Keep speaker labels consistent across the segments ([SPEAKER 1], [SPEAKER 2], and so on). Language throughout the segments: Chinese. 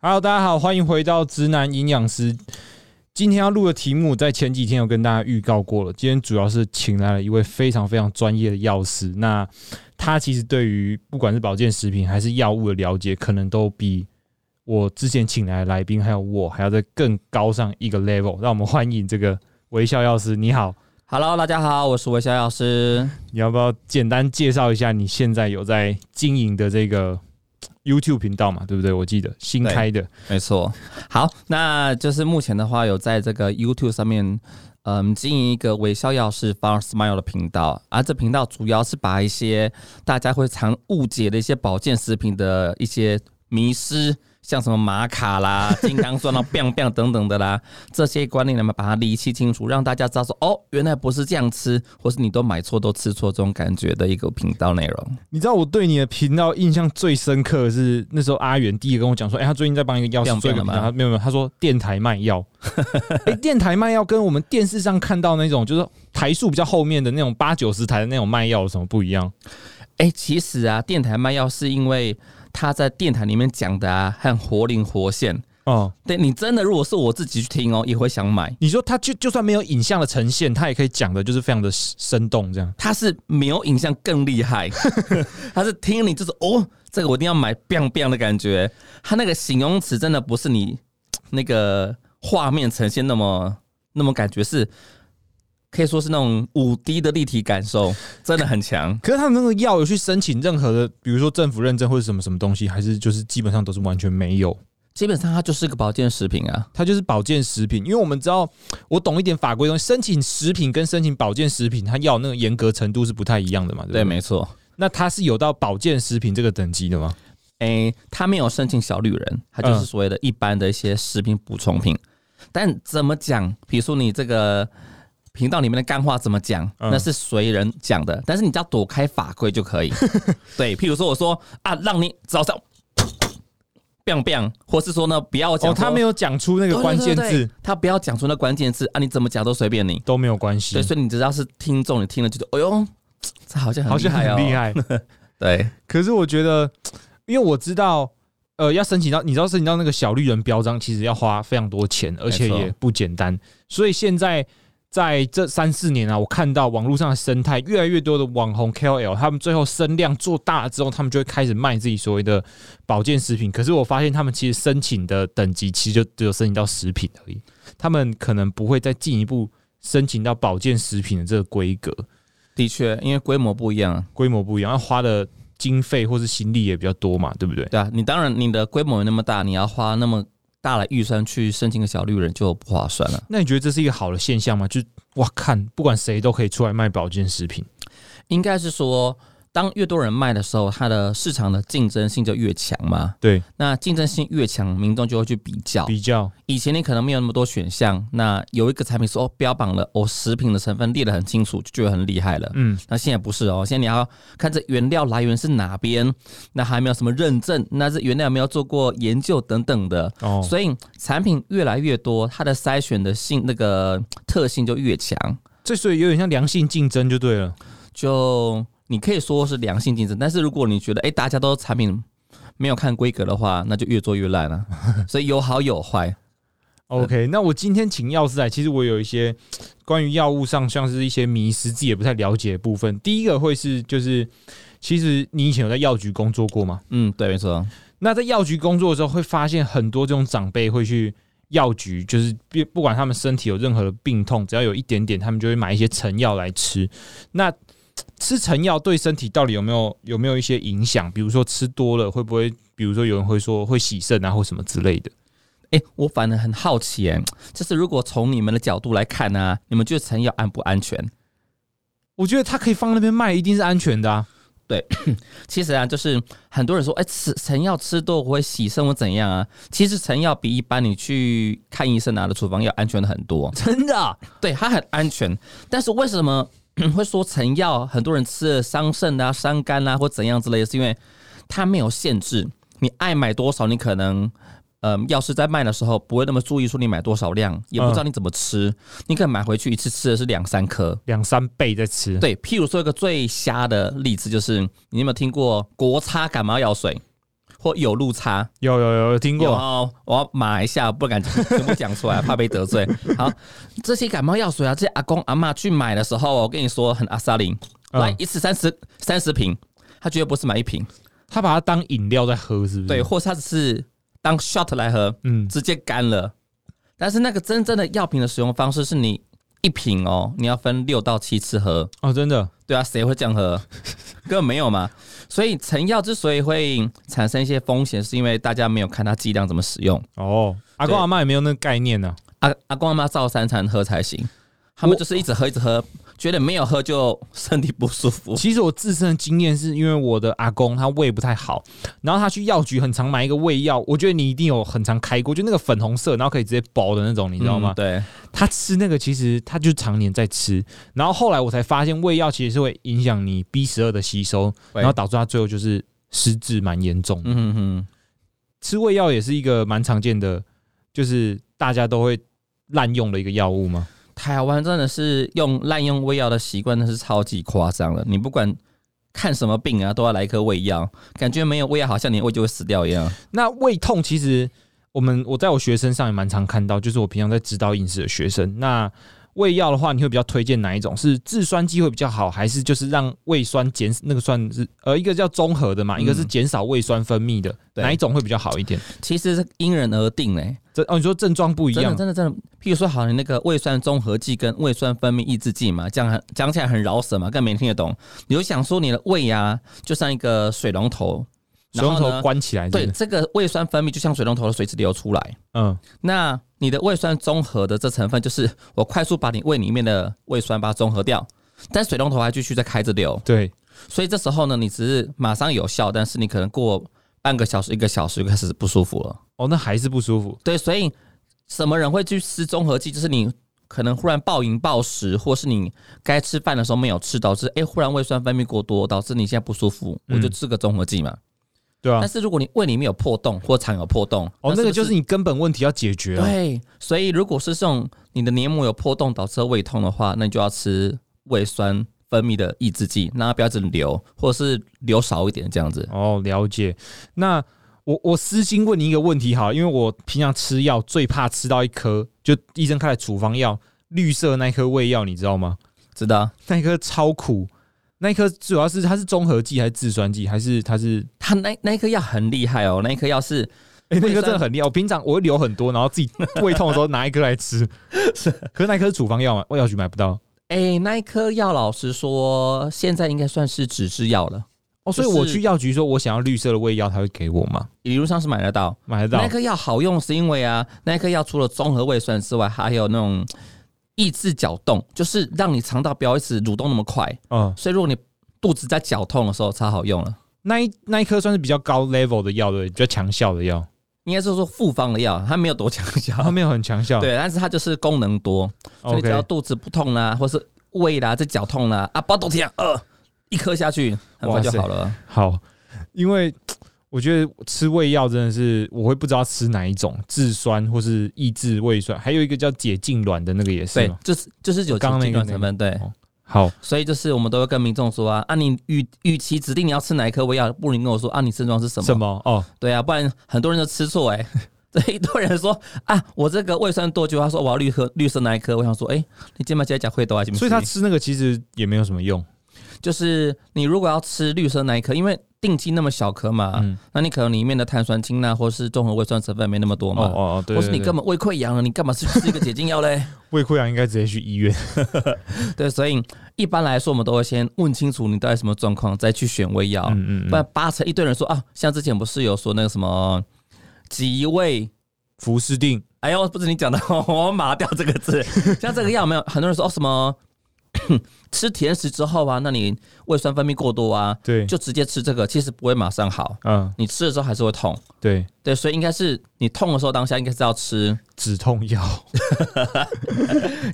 [SPEAKER 1] Hello，大家好，欢迎回到直男营养师。今天要录的题目，在前几天有跟大家预告过了。今天主要是请来了一位非常非常专业的药师，那他其实对于不管是保健食品还是药物的了解，可能都比我之前请来的来宾还有我还要再更高上一个 level。让我们欢迎这个微笑药师，你好，
[SPEAKER 2] Hello，大家好，我是韦小老师。
[SPEAKER 1] 你要不要简单介绍一下你现在有在经营的这个 YouTube 频道嘛？对不对？我记得新
[SPEAKER 2] 对
[SPEAKER 1] 开的，
[SPEAKER 2] 没错，好，那就是目前的话，有在这个 YouTube 上面，嗯，经营一个微笑药师 Fun Smile 的频道，而、这频道主要是把一些大家会常误解的一些保健食品的一些迷失。像什么玛卡啦、 金刚钻啦、biang biang 等等的啦，这些观念呢，把它理清清楚，让大家知道说，哦，原来不是这样吃，或是你都买错、都吃错这种感觉的一个频道内容。
[SPEAKER 1] 你知道我对你的频道印象最深刻的是那时候阿元第一个跟我讲说，哎、他最近在帮一个药师做一个频
[SPEAKER 2] 变了吗
[SPEAKER 1] 道，他没有没有，他说电台卖药， 哎、电台卖药跟我们电视上看到那种就是台数比较后面的那种八九十台的那种卖药有什么不一样？
[SPEAKER 2] 哎、其实啊，电台卖药是因为他在电台里面讲的啊，很活灵活现。
[SPEAKER 1] 哦、
[SPEAKER 2] 对你真的，如果是我自己去听哦，也会想买。
[SPEAKER 1] 你说他就就算没有影像的呈现，他也可以讲的就是非常的生动，这样
[SPEAKER 2] 他是没有影像更厉 害，他是听你就是哦，这个我一定要买，biang biang 的感觉。他那个形容词真的不是你那个画面呈现那么那么感觉是。可以说是那种五 D 的立体感受，真的很强。
[SPEAKER 1] 可是他们那个药有去申请任何的，比如说政府认证或者什么什么东西，还是就是基本上都是完全没有。
[SPEAKER 2] 基本上它就是个保健食品啊。
[SPEAKER 1] 它就是保健食品，因为我们知道，我懂一点法规东西，申请食品跟申请保健食品，它要那个严格程度是不太一样的嘛，对不
[SPEAKER 2] 对，
[SPEAKER 1] 对？
[SPEAKER 2] 没错。
[SPEAKER 1] 那它是有到保健食品这个等级的吗？
[SPEAKER 2] 诶、他没有申请小绿人，他就是所谓的一般的一些食品补充品。但怎么讲？比如说你这个频道里面的干话怎么讲，
[SPEAKER 1] 嗯
[SPEAKER 2] 那是随人讲的。但是你只要躲开法规就可以。对，譬如说我说啊，让你早上 biang biang，或是说呢，不要讲
[SPEAKER 1] 哦，
[SPEAKER 2] 说、
[SPEAKER 1] 他没有讲出那
[SPEAKER 2] 对
[SPEAKER 1] 个关键，
[SPEAKER 2] 对对
[SPEAKER 1] 字
[SPEAKER 2] 对他不要讲出那关键字啊，你怎么讲都随便你。
[SPEAKER 1] 都没有关系
[SPEAKER 2] 对，，所以你只要是听众，你听了就觉得，哎呦，这好像很
[SPEAKER 1] 好
[SPEAKER 2] 厉
[SPEAKER 1] 像
[SPEAKER 2] 害哦，
[SPEAKER 1] 很厉。害。啊
[SPEAKER 2] 对，
[SPEAKER 1] 可是我觉得，因为我知道，呃，要申请到，你知道申请到那个小绿人标章，其实要花非常多钱，而且
[SPEAKER 2] 没错
[SPEAKER 1] 也不简单。所以现在在这三四年啊，我看到网络上的生态，越来越多的网红 KOL，他们最后声量做大了之后，他们就会开始卖自己所谓的保健食品。可是我发现，他们其实申请的等级其实就只有申请到食品而已，他们可能不会再进一步申请到保健食品的这个规格。
[SPEAKER 2] 的确，因为规模不一样。
[SPEAKER 1] 规模不一样，要花的经费或是心力也比较多嘛，对不对？
[SPEAKER 2] 对啊，你当然你的规模有那么大，你要花那么大的预算去申请个小绿人就不划算了。
[SPEAKER 1] 那你觉得这是一个好的现象吗？就哇，看不管谁都可以出来卖保健食品，
[SPEAKER 2] 应该是说，当越多人卖的时候，它的市场的竞争性就越强嘛。
[SPEAKER 1] 对，
[SPEAKER 2] 那竞争性越强，民众就会去比较。
[SPEAKER 1] 比较
[SPEAKER 2] 以前你可能没有那么多选项，那有一个产品说哦标榜了哦食品的成分列得很清楚，就觉得很厉害了。
[SPEAKER 1] 嗯，
[SPEAKER 2] 那现在不是哦，现在你要看这原料来源是哪边，那还没有什么认证，那这原料有没有做过研究等等的，
[SPEAKER 1] 哦，
[SPEAKER 2] 所以产品越来越多，它的筛选的性那个特性就越强。
[SPEAKER 1] 这所以有点像良性竞争就对了。
[SPEAKER 2] 就你可以说是良性竞争，但是如果你觉得哎、诶大家都产品没有看规格的话，那就越做越烂 了、所以有好有坏，
[SPEAKER 1] OK，那我今天请药师来，其实我有一些关于药物上像是一些迷失，自己也不太了解的部分。第一个会是就是，其实你以前有在药局工作过吗？
[SPEAKER 2] 嗯，对，没错，
[SPEAKER 1] 那在药局工作的时候，会发现很多这种长辈会去药局，就是不不管他们身体有任何的病痛，只要有一点点，他们就会买一些成药来吃。那嘖吃成药对身体到底有没有有没有一些影响？比如说吃多了会不会，比如说有人会说会洗肾啊，或什么之类的。
[SPEAKER 2] 哎、我反而很好奇、诶就是如果从你们的角度来看呢、你们觉得成药安不安全？
[SPEAKER 1] 我觉得它可以放那边卖，一定是安全的啊。
[SPEAKER 2] 其实啊，就是很多人说，哎、吃成药吃多会洗肾或怎样啊？其实成药比一般你去看医生拿的处方药安全的啊很多。
[SPEAKER 1] 真的、
[SPEAKER 2] 对，它很安全。但是为什么 会说成药很多人吃了伤肾啊、伤肝啊或怎样之类的？是因为它没有限制，你爱买多少，你可能。嗯，药师在卖的时候不会那么注意说你买多少量，也不知道你怎么吃，你可能买回去一次吃的是两三颗。
[SPEAKER 1] 两三倍在吃。
[SPEAKER 2] 对，譬如说一个最瞎的例子就是，你有没有听过国差感冒药水，或有路差。
[SPEAKER 1] 有有有有听
[SPEAKER 2] 有
[SPEAKER 1] 过，
[SPEAKER 2] 哦，我要码一下，不敢 全部讲出来，怕被得罪。好，这些感冒药水啊，这些阿公阿妈去买的时候，哦我跟你说很阿萨林，
[SPEAKER 1] 嗯
[SPEAKER 2] 来一次三十三十瓶，他绝对不是买一瓶，
[SPEAKER 1] 他把它当饮料在喝，是不是？
[SPEAKER 2] 对，，或是他只是当 shot 来喝，
[SPEAKER 1] 嗯，
[SPEAKER 2] 直接干了。但是那个真正的药品的使用方式是你一瓶哦，你要分六到七次喝。
[SPEAKER 1] 哦，真的，
[SPEAKER 2] 对啊，谁会这样 喝？根本没有嘛。所以成药之所以会产生一些风险，是因为大家没有看它剂量怎么使用。
[SPEAKER 1] 哦，阿公
[SPEAKER 2] 对
[SPEAKER 1] 阿妈也没有那个概念啊呢、
[SPEAKER 2] 阿阿公阿啊妈照三餐喝才行，他们
[SPEAKER 1] 我
[SPEAKER 2] 就是一直喝一直喝，觉得没有喝就 身体不舒服。
[SPEAKER 1] 其实我自身的经验是因为我的阿公他胃不太好，然后他去药局很常买一个胃药，我觉得你一定有很常开过，就那个粉红色，然后可以直接包的那 种，你
[SPEAKER 2] 你
[SPEAKER 1] 知道吗？
[SPEAKER 2] 嗯对，
[SPEAKER 1] 他吃那个其实他就常年在吃，然后后来我才发现胃药其实是会影响你 B 十二的吸收，
[SPEAKER 2] 对
[SPEAKER 1] 然后导致他最后就是失智蛮严重的。
[SPEAKER 2] 嗯哼哼，
[SPEAKER 1] 吃胃药也是一个蛮常见的，就是大家都会滥用的一个药物吗？
[SPEAKER 2] 台湾真的是用滥用胃药的习惯，那是超级夸张了。你不管看什么病啊，都要来一颗胃药，感觉没有胃药，好像你的胃就会死掉一样。
[SPEAKER 1] 那胃痛其实我们我在我学生上也蛮常看到，就是我平常在指导饮食的学生。那胃药的话，你会比较推荐哪一种？是制酸剂会比较好，还是就是让胃酸减那个算是呃一个叫综合的嘛，
[SPEAKER 2] 嗯
[SPEAKER 1] 一个是减少胃酸分泌的，
[SPEAKER 2] 对
[SPEAKER 1] 哪一种会比较好一点？
[SPEAKER 2] 其实是因人而定嘞、
[SPEAKER 1] 这哦，你说症状不一
[SPEAKER 2] 真的
[SPEAKER 1] 样，
[SPEAKER 2] 真的真的，譬如说好，你那个胃酸综合剂跟胃酸分泌抑制剂嘛，讲很讲起来很饶舌嘛，更没听得懂。你就想说你的胃啊，就像一个水龙头，
[SPEAKER 1] 水龙
[SPEAKER 2] 然
[SPEAKER 1] 头
[SPEAKER 2] 后呢
[SPEAKER 1] 关起来是不
[SPEAKER 2] 对，
[SPEAKER 1] 是，
[SPEAKER 2] 这个胃酸分泌就像水龙头的水直流出来。
[SPEAKER 1] 嗯，
[SPEAKER 2] 那你的胃酸综合的这成分，就是我快速把你胃里面的胃酸把它综合掉，但水龙头还继续在开着流，
[SPEAKER 1] 对，
[SPEAKER 2] 所以这时候呢，你只是马上有效，但是你可能过半个小时、一个小时就开始不舒服了。
[SPEAKER 1] 哦，那还是不舒服，
[SPEAKER 2] 对，所以什么人会去吃综合剂？就是你可能忽然暴饮暴食，或是你该吃饭的时候没有吃，导致哎、诶忽然胃酸分泌过多，导致你现在不舒服，
[SPEAKER 1] 嗯
[SPEAKER 2] 我就吃个综合剂嘛。
[SPEAKER 1] 对啊
[SPEAKER 2] 但，是如果你胃里面有破洞或肠有破洞，
[SPEAKER 1] 哦，那
[SPEAKER 2] 不
[SPEAKER 1] 个就是你根本问题要解决啊，
[SPEAKER 2] 对。所以如果是这种你的黏膜有破洞导致胃痛的话，那你就要吃胃酸。分泌的抑制剂，让它不要只流，或者是流少一点这样子。
[SPEAKER 1] 哦，了解。那我我私心问你一个问题，好了，因为我平常吃药最怕吃到一颗，就医生开的处方药，绿色那一颗胃药，你知道吗？
[SPEAKER 2] 知道？
[SPEAKER 1] 那一颗超苦，那一颗主要是它是综合剂还是制酸剂，还是它是？
[SPEAKER 2] 它那那一颗药很厉害哦，那一颗药是
[SPEAKER 1] 哎、那
[SPEAKER 2] 胃
[SPEAKER 1] 颗
[SPEAKER 2] 酸
[SPEAKER 1] 真的很厉害。我平常我会留很多，然后自 己胃痛的时候拿一颗来吃。可 是那一颗是处方药嘛，胃药局买不到
[SPEAKER 2] 哎、哦那一颗药，老实说，现在应该算是纸质药了，
[SPEAKER 1] 哦，所以
[SPEAKER 2] 就是
[SPEAKER 1] 我去药局说我想要绿色的胃药，他会给我吗？
[SPEAKER 2] 一路上是买得到。
[SPEAKER 1] 买得
[SPEAKER 2] 那
[SPEAKER 1] 到
[SPEAKER 2] 一颗药好用是因为啊，那一颗药除了综合胃酸之外，还有那种抑制绞动，就是让你肠道不要一直蠕动那么快。
[SPEAKER 1] 嗯，
[SPEAKER 2] 所以如果你肚子在绞痛的时候，超好用了。
[SPEAKER 1] 那一那一颗算是比较高 level 的药，对不对，比较强效的药，
[SPEAKER 2] 应该是说复方的药，它没有多强效，
[SPEAKER 1] 啊它没有很强效。
[SPEAKER 2] 对，但是它就是功能多，所以
[SPEAKER 1] OK
[SPEAKER 2] 只要肚子不痛啦、或是胃啦、这绞痛啦、啊，包都甜，呃，一颗下去很快就好了。
[SPEAKER 1] 好，因为我觉得吃胃药真的是我会不知道吃哪一种，制酸或是抑制胃酸，还有一个叫解痉挛的那个也是
[SPEAKER 2] 对
[SPEAKER 1] 嘛。，
[SPEAKER 2] 就是就是有
[SPEAKER 1] 刚刚那
[SPEAKER 2] 这
[SPEAKER 1] 个
[SPEAKER 2] 段成分，对。
[SPEAKER 1] 好，
[SPEAKER 2] 所以就是我们都会跟民众说啊，啊你预预期指定你要吃哪一颗胃药，不能跟我说啊你症状是什么？
[SPEAKER 1] 什么？哦，
[SPEAKER 2] 对啊，不然很多人就吃错哎、 欸。这一堆人说啊，我这个胃酸多久？他说我要绿颗绿色那一颗。我想说，哎、你今晚直接讲会多啊？行不
[SPEAKER 1] 所以他
[SPEAKER 2] 行
[SPEAKER 1] 吃那个其实也没有什么用。
[SPEAKER 2] 就是你如果要吃绿色那一颗，因为定期那么小颗嘛，
[SPEAKER 1] 嗯，
[SPEAKER 2] 那你可能里面的碳酸氢钠或是综合胃酸成分没那么多
[SPEAKER 1] 哦
[SPEAKER 2] 嘛。
[SPEAKER 1] 哦哦，对
[SPEAKER 2] 或是
[SPEAKER 1] 对
[SPEAKER 2] 你
[SPEAKER 1] 对
[SPEAKER 2] 根本胃溃疡了，你干嘛去吃一个解痉药嘞？
[SPEAKER 1] 胃溃疡应该直接去医院。
[SPEAKER 2] 对，所以一般来说，我们都会先问清楚你到底什么状况，再去选胃药。
[SPEAKER 1] 嗯嗯嗯，
[SPEAKER 2] 不然八成一堆人说啊，像之前不是有说那个什么几位。
[SPEAKER 1] 服适定
[SPEAKER 2] 哎呦，不是你讲的，我麻掉这个 字。像这个药没有，很多人说哦什么 吃甜食之后啊，那你胃酸分泌过多啊，
[SPEAKER 1] 对，
[SPEAKER 2] 就直接吃这个，其实不会马上好，
[SPEAKER 1] 嗯
[SPEAKER 2] 你吃了之后还是会痛。
[SPEAKER 1] 对，
[SPEAKER 2] 对，所以应该是你痛的时候，当下应该是要吃，
[SPEAKER 1] 止痛药。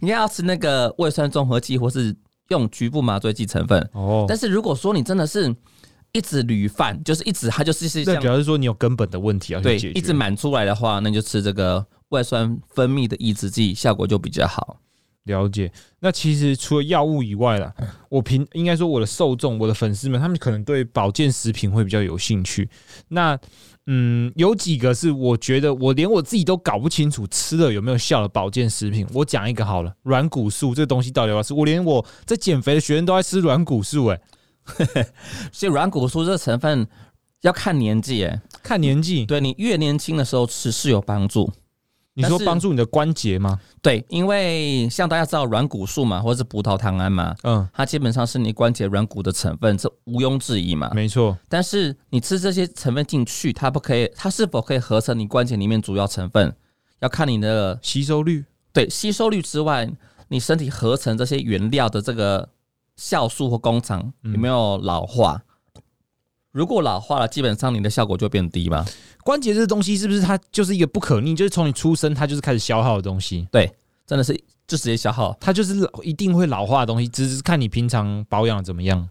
[SPEAKER 2] 应该要吃那个胃酸综合剂，或是用局部麻醉剂成分。
[SPEAKER 1] 哦，
[SPEAKER 2] 但是如果说你真的是一直屡犯，就是一直它就是是
[SPEAKER 1] 这
[SPEAKER 2] 像
[SPEAKER 1] 表示说你有根本的问题要
[SPEAKER 2] 对
[SPEAKER 1] 去解决。
[SPEAKER 2] 一直满出来的话，那你就吃这个胃酸分泌的抑制剂，效果就比较好。
[SPEAKER 1] 了解。那其实除了药物以外啦，我平应该说我的受众，我的粉丝们，他们可能对保健食品会比较有兴趣。那嗯，有几个是我觉得我连我自己都搞不清楚吃了有没有效的保健食品。我讲一个好了，软骨素这个东西到底要不要吃？我连我在减肥的学生都在吃软骨素、欸，哎，
[SPEAKER 2] 所以软骨素这个成分要看年纪，哎，
[SPEAKER 1] 看年纪，
[SPEAKER 2] 对你越年轻的时候吃是有帮助。
[SPEAKER 1] 你说
[SPEAKER 2] 但是
[SPEAKER 1] 帮助你的关节吗？
[SPEAKER 2] 对，因为像大家知道软骨素嘛，或者是葡萄糖胺嘛，
[SPEAKER 1] 嗯，
[SPEAKER 2] 它基本上是你关节软骨的成分，这毋庸置疑嘛。
[SPEAKER 1] 没错，
[SPEAKER 2] 但是你吃这些成分进去，它不可以，它是否可以合成你关节里面主要成分，要看你的
[SPEAKER 1] 吸收率。
[SPEAKER 2] 对吸收率之外，你身体合成这些原料的这个酵素或工厂
[SPEAKER 1] 嗯
[SPEAKER 2] 有没有老化。如果老化了，基本上你的效果就变低嘛。
[SPEAKER 1] 关节这东西是不是它就是一个不可逆，就是从你出生它就是开始消耗的东西，
[SPEAKER 2] 真的是就直接消耗。
[SPEAKER 1] 它就是老一定会老化的东西，只是看你平常保养得怎么样。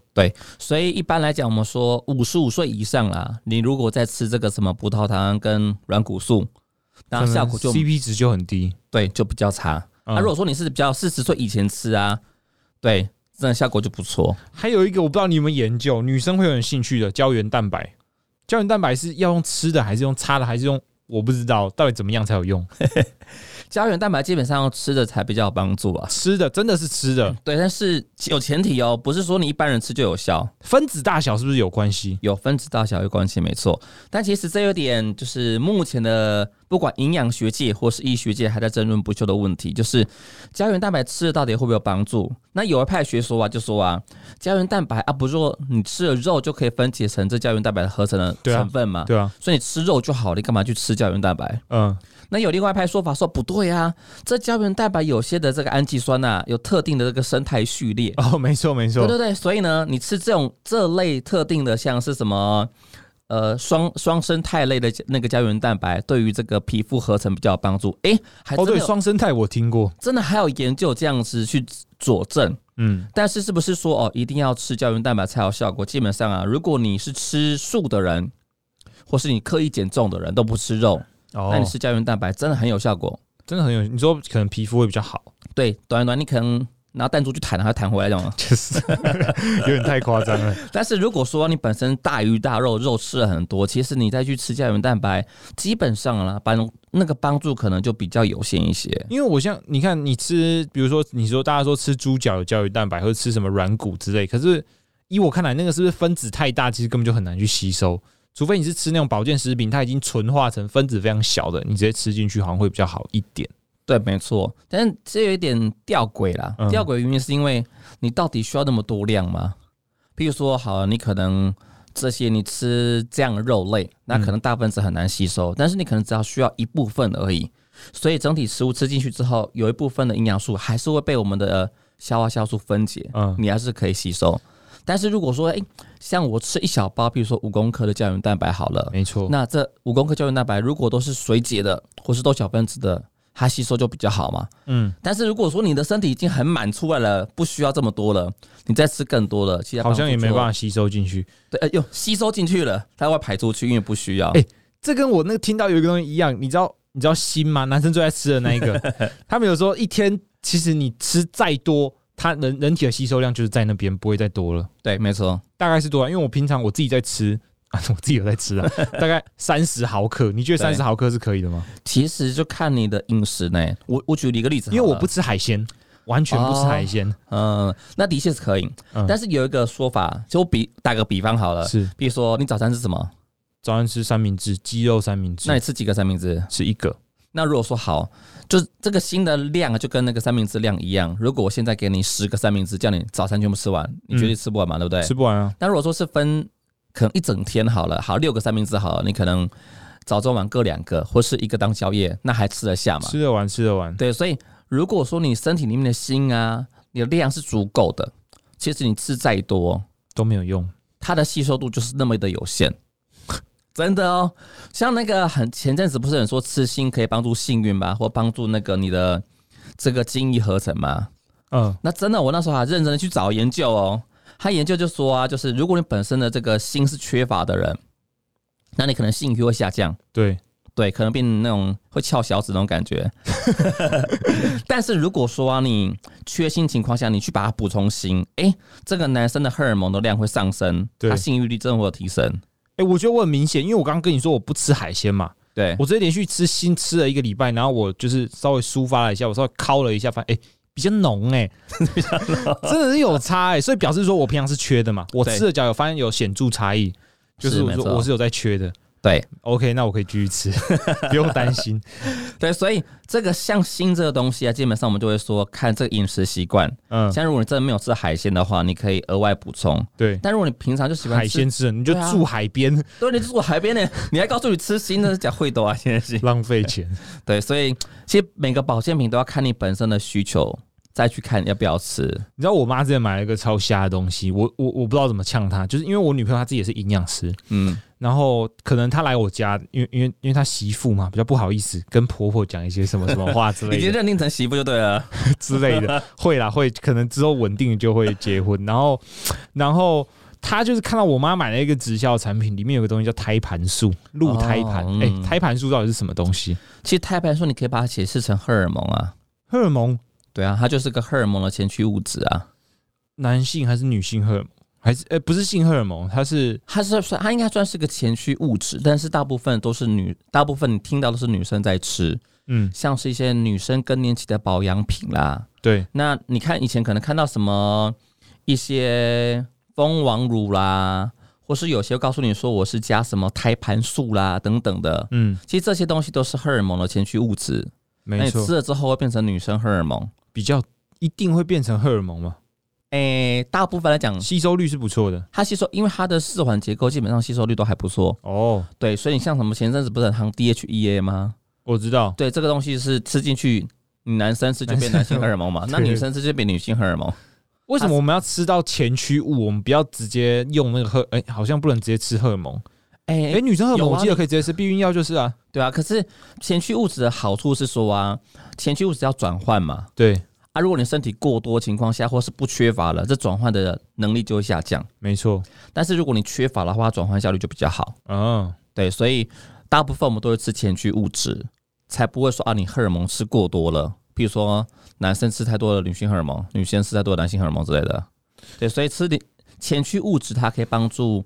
[SPEAKER 2] 所以一般来讲，我们说五十五岁以上啦，你如果再吃这个什么葡萄糖胺跟软骨素，那效果就
[SPEAKER 1] 可能 CP 值就很低。
[SPEAKER 2] 对就比较差。那、
[SPEAKER 1] 嗯
[SPEAKER 2] 如果说你是比较四十岁以前吃啊，对，真的效果就不错。
[SPEAKER 1] 还有一个我不知道你有没有研究，女生会有点兴趣的胶原蛋白。胶原蛋白是要用吃的，还是用擦的，还是用我不知道到底怎么样才有用？
[SPEAKER 2] 胶原蛋白基本上要吃的才比较有帮助啊。
[SPEAKER 1] 吃的真的是吃的，
[SPEAKER 2] 对，但是有前提哦，不是说你一般人吃就有效，
[SPEAKER 1] 分子大小是不是有关系？
[SPEAKER 2] 有分子大小有关系，没错。但其实这有点就是目前的不管营养学界或是医学界还在争论不休的问题，就是胶原蛋白吃了到底会不会有帮助？那有一派学说啊，就说啊，胶原蛋白啊，不是说你吃了肉就可以分解成这胶原蛋白的合成的
[SPEAKER 1] 对啊
[SPEAKER 2] 成分嘛？
[SPEAKER 1] 对啊，
[SPEAKER 2] 所以你吃肉就好了，你干嘛去吃胶原蛋白？
[SPEAKER 1] 嗯，
[SPEAKER 2] 那有另外一派说法说不对啊，这胶原蛋白有些的这个氨基酸呐、有特定的这个生态序列，
[SPEAKER 1] 哦，没 错没
[SPEAKER 2] 对
[SPEAKER 1] 错，
[SPEAKER 2] 对对，所以呢，你吃这种这类特定的，像是什么呃双双生肽类的那个胶原蛋白，对于这个皮肤合成比较有帮助。诶，还
[SPEAKER 1] 哦
[SPEAKER 2] 真的
[SPEAKER 1] 对，
[SPEAKER 2] 有、
[SPEAKER 1] 双生态我听过，
[SPEAKER 2] 真的还有研究这样子去佐证。
[SPEAKER 1] 嗯，
[SPEAKER 2] 但是是不是说哦一定要吃胶原蛋白才有效果？基本上啊，如果你是吃素的人，或是你刻意减重的人都不吃肉，
[SPEAKER 1] 哦
[SPEAKER 2] 那你吃胶原蛋白真的很有效果。
[SPEAKER 1] 真的很有，你说可能皮肤会比较好，
[SPEAKER 2] 对，短短你可能拿弹珠去弹，它会弹回来这种。
[SPEAKER 1] 就是 有点太夸张了。
[SPEAKER 2] 但是如果说你本身大鱼大肉，肉吃了很多，其实你再去吃胶原蛋白，基本上啦，帮那个帮助可能就比较有限一些。
[SPEAKER 1] 因为我像你看，你吃，比如说你说大家说吃猪脚有胶原蛋白，或者吃什么软骨之类，可是依我看来，那个是不是分子太大，其实根本就很难去吸收。除非你是吃那种保健食品，它已经纯化成分子非常小的，你直接吃进去好像会比较好一点。
[SPEAKER 2] 对，没错。但是这有一点吊诡啦
[SPEAKER 1] 嗯，
[SPEAKER 2] 吊诡原因是因为你到底需要那么多量吗？譬如说，好，你可能这些你吃这样的肉类，那可能大部分是很难吸收，但是你可能只要需要一部分而已。所以整体食物吃进去之后，有一部分的营养素还是会被我们的呃消化酵素分解，
[SPEAKER 1] 嗯
[SPEAKER 2] 你还是可以吸收。但是如果说，诶，像我吃一小包，譬如说五公克的胶原蛋白好了，
[SPEAKER 1] 没错，
[SPEAKER 2] 那这五公克胶原蛋白如果都是水解的，或是都小分子的，它吸收就比较好嘛。
[SPEAKER 1] 嗯，
[SPEAKER 2] 但是如果说你的身体已经很满出来了，不需要这么多了，你再吃更多了，其实
[SPEAKER 1] 好像也没办
[SPEAKER 2] 法，
[SPEAKER 1] 法吸收进去。
[SPEAKER 2] 对，呃，又吸收进去了，它会排出去，因为不需要。
[SPEAKER 1] 哎这跟我那个听到有一个东西一样，你知道你知道锌吗？男生最爱吃的那一个，他们有时候一天其实你吃再多，它人人体的吸收量就是在那边，不会再多了。
[SPEAKER 2] 对，没错，
[SPEAKER 1] 大概是多少？因为我平常我自己在吃 啊，我自己有在 吃啊，大概三十毫克。你觉得三十
[SPEAKER 2] 对
[SPEAKER 1] 毫克是可以的吗？
[SPEAKER 2] 其实就看你的饮食呢。我我举你一个例子
[SPEAKER 1] 因
[SPEAKER 2] 好了，
[SPEAKER 1] 为我不吃海鲜，完全不吃海鲜。
[SPEAKER 2] 嗯，那的确是可以，
[SPEAKER 1] 嗯
[SPEAKER 2] 但是有一个说法，就我比打个比方好了，
[SPEAKER 1] 是
[SPEAKER 2] 比如说你早餐吃什么？
[SPEAKER 1] 早上吃三明治，鸡肉三明治
[SPEAKER 2] 那，你吃几个三明治？
[SPEAKER 1] 吃一个。
[SPEAKER 2] 那如果说好，就是这个新的量啊就跟那个三明治量一样。如果我现在给你十个三明治，叫你早餐全部吃完，你绝对吃不完嘛，对不对？
[SPEAKER 1] 吃不完啊，
[SPEAKER 2] 那如果说是分可能一整天好了，好六个三明治好了，你可能早中晚各两个，或是一个当宵夜，那还吃得下嘛？
[SPEAKER 1] 吃得完，吃得完。
[SPEAKER 2] 对，所以如果说你身体里面的锌啊，你的量是足够的，其实你吃再多，
[SPEAKER 1] 都没有用，
[SPEAKER 2] 它的吸收度就是那么的有限。 真的哦，像那个很前阵子不是有人说吃锌可以帮助幸运吗？或帮助那个你的这个精益合成吗？
[SPEAKER 1] 嗯，
[SPEAKER 2] 那真的，我那时候还认真的去找研究哦。他研究就说啊，就是如果你本身的这个锌是缺乏的人，那你可能性欲会下降。
[SPEAKER 1] 对，
[SPEAKER 2] 对，可能变成那种会翘小指那种 感觉。 但是如果说啊，你缺锌情况下，你去把它补充锌，哎、这个男生的荷尔蒙的量会上升，
[SPEAKER 1] 对
[SPEAKER 2] 他性欲力真的会有提升。
[SPEAKER 1] 哎、我觉得我很明显，因为我刚刚跟你说我不吃海鲜嘛，
[SPEAKER 2] 对，
[SPEAKER 1] 我直接连续吃新吃了一个礼拜，然后我就是稍微抒发了一下，我稍微敲了一下，发现哎、比较浓 哎、真的是有差哎、所以表示说我平常是缺的嘛，我
[SPEAKER 2] 对
[SPEAKER 1] 吃了脚有发现有显著差异，就是
[SPEAKER 2] 是
[SPEAKER 1] 我
[SPEAKER 2] 没
[SPEAKER 1] 说
[SPEAKER 2] 错
[SPEAKER 1] 我是有在缺的。
[SPEAKER 2] 对
[SPEAKER 1] OK，那我可以继续吃， 不用担心。
[SPEAKER 2] 对，所以这个像锌这个东西啊，基本上我们就会说看这个饮食习惯。
[SPEAKER 1] 嗯，
[SPEAKER 2] 像如果你真的没有吃海鲜的话，你可以额外补充。
[SPEAKER 1] 对，
[SPEAKER 2] 但如果你平常就喜欢
[SPEAKER 1] 海
[SPEAKER 2] 吃，
[SPEAKER 1] 鲜吃了你就
[SPEAKER 2] 对啊
[SPEAKER 1] 住海边，
[SPEAKER 2] 对，你住海边呢，你还告诉你吃锌，那是讲会多啊，现在是。
[SPEAKER 1] 浪费钱。
[SPEAKER 2] 对，所以其实每个保健品都要看你本身的需求，再去看要不要吃。
[SPEAKER 1] 你知道我妈之前买了一个超瞎的东西，我我我不知道怎么呛她，就是因为我女朋友她自己也是营养师，
[SPEAKER 2] 嗯，
[SPEAKER 1] 然后可能她来我家，因为因为因为她媳妇嘛比较不好意思跟婆婆讲一些什么什么话之
[SPEAKER 2] 已
[SPEAKER 1] 类
[SPEAKER 2] 经
[SPEAKER 1] 的
[SPEAKER 2] 认定成媳妇就对了。
[SPEAKER 1] 之类 的，会啦会，可能之后稳定就会结婚，然后然后。她就是看到我妈买了一个直销产品，里面有个东西叫胎盘素，鹿胎盘。哎、
[SPEAKER 2] 哦嗯
[SPEAKER 1] 胎盘素到底是什么东西？
[SPEAKER 2] 其实胎盘素你可以把它解释成荷尔蒙啊，
[SPEAKER 1] 荷尔蒙，
[SPEAKER 2] 对啊，它就是个荷尔蒙的前驱物质啊。
[SPEAKER 1] 男性还是女性荷尔蒙？还是呃、不是性荷尔蒙，它是
[SPEAKER 2] 它是算，它应该算是个前驱物质，但是大部分都是女，大部分你听到都是女生在吃，
[SPEAKER 1] 嗯
[SPEAKER 2] 像是一些女生更年期的保养品啦。
[SPEAKER 1] 对
[SPEAKER 2] 那你看以前可能看到什么一些蜂王乳啦，或是有些告诉你说我是加什么胎盘素啦等等的，
[SPEAKER 1] 嗯
[SPEAKER 2] 其实这些东西都是荷尔蒙的前驱物质。那
[SPEAKER 1] 没
[SPEAKER 2] 你
[SPEAKER 1] 错
[SPEAKER 2] 吃。了之后会变成女生荷尔蒙。
[SPEAKER 1] 比较一定会变成荷尔蒙嘛，
[SPEAKER 2] 诶、大部分来讲，
[SPEAKER 1] 吸收率是不错的
[SPEAKER 2] 它吸收，因为它的四环结构基本上吸收率都还不错，
[SPEAKER 1] 哦。
[SPEAKER 2] 对，所以你像什么前阵子不是很夯 DHEA 吗？
[SPEAKER 1] 我知道，
[SPEAKER 2] 对，这个东西是吃进去，你男生吃就变男性荷尔蒙嘛，那
[SPEAKER 1] 对
[SPEAKER 2] 女生吃就变女性荷尔蒙。
[SPEAKER 1] 为什么我们要吃到前驱物？我们不要直接用那个荷，哎、好像不能直接吃荷尔蒙。
[SPEAKER 2] 诶
[SPEAKER 1] 哎、女生荷尔蒙
[SPEAKER 2] 有啊
[SPEAKER 1] 我记得可以直接吃，避孕药就是啊。
[SPEAKER 2] 对啊，可是前驱物质的好处是说啊，前驱物质要转换嘛，
[SPEAKER 1] 对，
[SPEAKER 2] 啊，如果你身体过多情况下，或是不缺乏了，这转换的能力就会下降。
[SPEAKER 1] 没错，
[SPEAKER 2] 但是如果你缺乏的话，转换效率就比较好。
[SPEAKER 1] 嗯，
[SPEAKER 2] 对，所以大部分我们都会吃前驱物质，才不会说啊，你荷尔蒙吃过多了，譬如说男生吃太多的女性荷尔蒙，女生吃太多的男性荷尔蒙之类的。对，所以吃点前驱物质，它可以帮助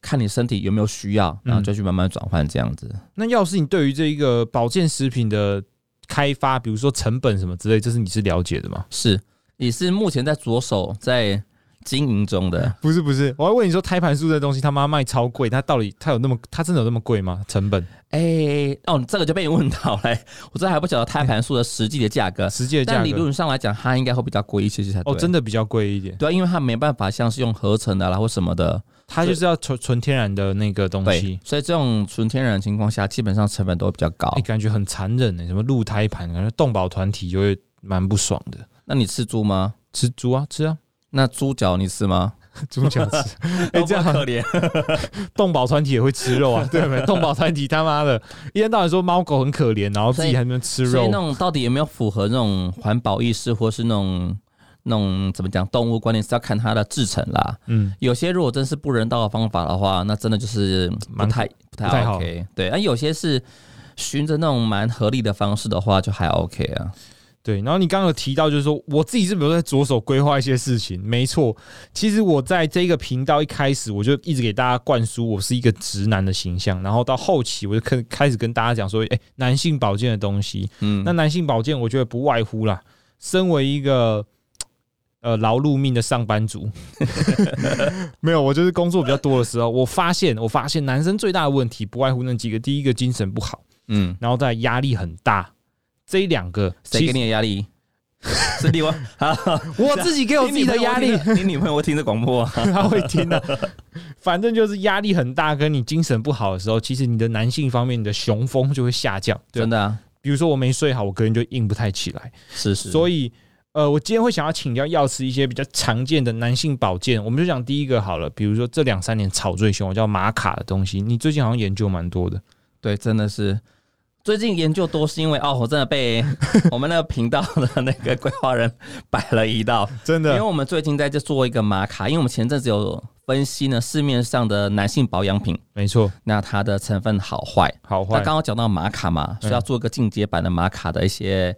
[SPEAKER 2] 看你身体有没有需要，然后就去慢慢转换这样子。
[SPEAKER 1] 那要是你对于这一个保健食品的开发，比如说成本什么之类，这是你是了解的吗？
[SPEAKER 2] 是，你是目前在着手在经营中的。
[SPEAKER 1] 不是不是，我要问你说胎盘素这东西他妈卖超贵，它到底它有那么它真的有那么贵吗？成本
[SPEAKER 2] 哎、哦，这个就被你问到嘞、我这还不晓得胎盘素的实际的价格，
[SPEAKER 1] 实际的价
[SPEAKER 2] 但理
[SPEAKER 1] 格
[SPEAKER 2] 论上来讲，它应该会比较贵一些些才对。
[SPEAKER 1] 哦，真的比较贵一点，
[SPEAKER 2] 对啊，因为它没办法像是用合成的啦或什么的，
[SPEAKER 1] 它就是要纯纯天然的那个东西
[SPEAKER 2] 对。，所以这种纯天然的情况下，基本上成本都会比较高
[SPEAKER 1] 哎、。感觉很残忍呢、什么鹿胎盘，感觉动保团体就会蛮不爽的。
[SPEAKER 2] 那你吃猪吗？
[SPEAKER 1] 吃猪啊，吃啊，
[SPEAKER 2] 那猪脚你吃吗？
[SPEAKER 1] 猪脚吃。哎、这样
[SPEAKER 2] 好可怜。
[SPEAKER 1] 动保团体也会吃肉啊，对没？ 动保团体他妈的，一天到晚说猫狗很可怜，然后自己还能吃
[SPEAKER 2] 所以
[SPEAKER 1] 肉
[SPEAKER 2] 那，种到底有没有符合那种环保意识，或是那种那种怎么讲动物观念，是要看它的制成啦。
[SPEAKER 1] 嗯，
[SPEAKER 2] 有些如果真是不人道的方法的话，那真的就是嗯不
[SPEAKER 1] 蛮
[SPEAKER 2] 太不
[SPEAKER 1] 不太
[SPEAKER 2] 太
[SPEAKER 1] 好
[SPEAKER 2] OK。对，啊那有些是循着那种蛮合理的方式的话，就还 OK 啊。
[SPEAKER 1] 对。然后你刚刚有提到，就是说我自己是不是在着手规划一些事情？没错，其实我在这个频道一开始，我就一直给大家灌输我是一个直男的形象，然后到后期我就开开始跟大家讲说，哎、男性保健的东西，
[SPEAKER 2] 嗯，
[SPEAKER 1] 那男性保健，我觉得不外乎啦，身为一个呃劳碌命的上班族， 没有，我就是工作比较多的时候，我发现，我发现男生最大的问题不外乎那几个：第一个精神不好，
[SPEAKER 2] 嗯，
[SPEAKER 1] 然后再来压力很大。这两个，
[SPEAKER 2] 谁
[SPEAKER 1] 其实
[SPEAKER 2] 给你的压力？ 是 另外啊，
[SPEAKER 1] 我自己给我自己的压力，
[SPEAKER 2] 你女朋友会听这广播啊？
[SPEAKER 1] 他会听的、反正就是压力很大，跟你精神不好的时候，其实你的男性方面，你的雄风就会下降。 对
[SPEAKER 2] 真，的啊，
[SPEAKER 1] 比如说我没睡好，我个人就硬不太起来。
[SPEAKER 2] 是是。
[SPEAKER 1] 所
[SPEAKER 2] 以
[SPEAKER 1] 以呃，我今天会想要请教药师一些比较常见的男性保健，我们就讲第一个好了，比如说这两三年炒最凶，我叫玛卡的东西，你最近好像研究蛮多的，
[SPEAKER 2] 对，真的是最近研究多是因为哦，我真 的被我们那个频道的那个规划人摆了 一道，
[SPEAKER 1] 真
[SPEAKER 2] 因为
[SPEAKER 1] 的
[SPEAKER 2] 我们最近在这做一个玛卡，因为我们前阵子有分析呢市面上的男性保养品，
[SPEAKER 1] 没错，
[SPEAKER 2] 那它的成分好坏。
[SPEAKER 1] 好
[SPEAKER 2] 那
[SPEAKER 1] 坏嗯
[SPEAKER 2] 刚刚讲到玛卡嘛，所以要做一个进阶版的玛卡的一些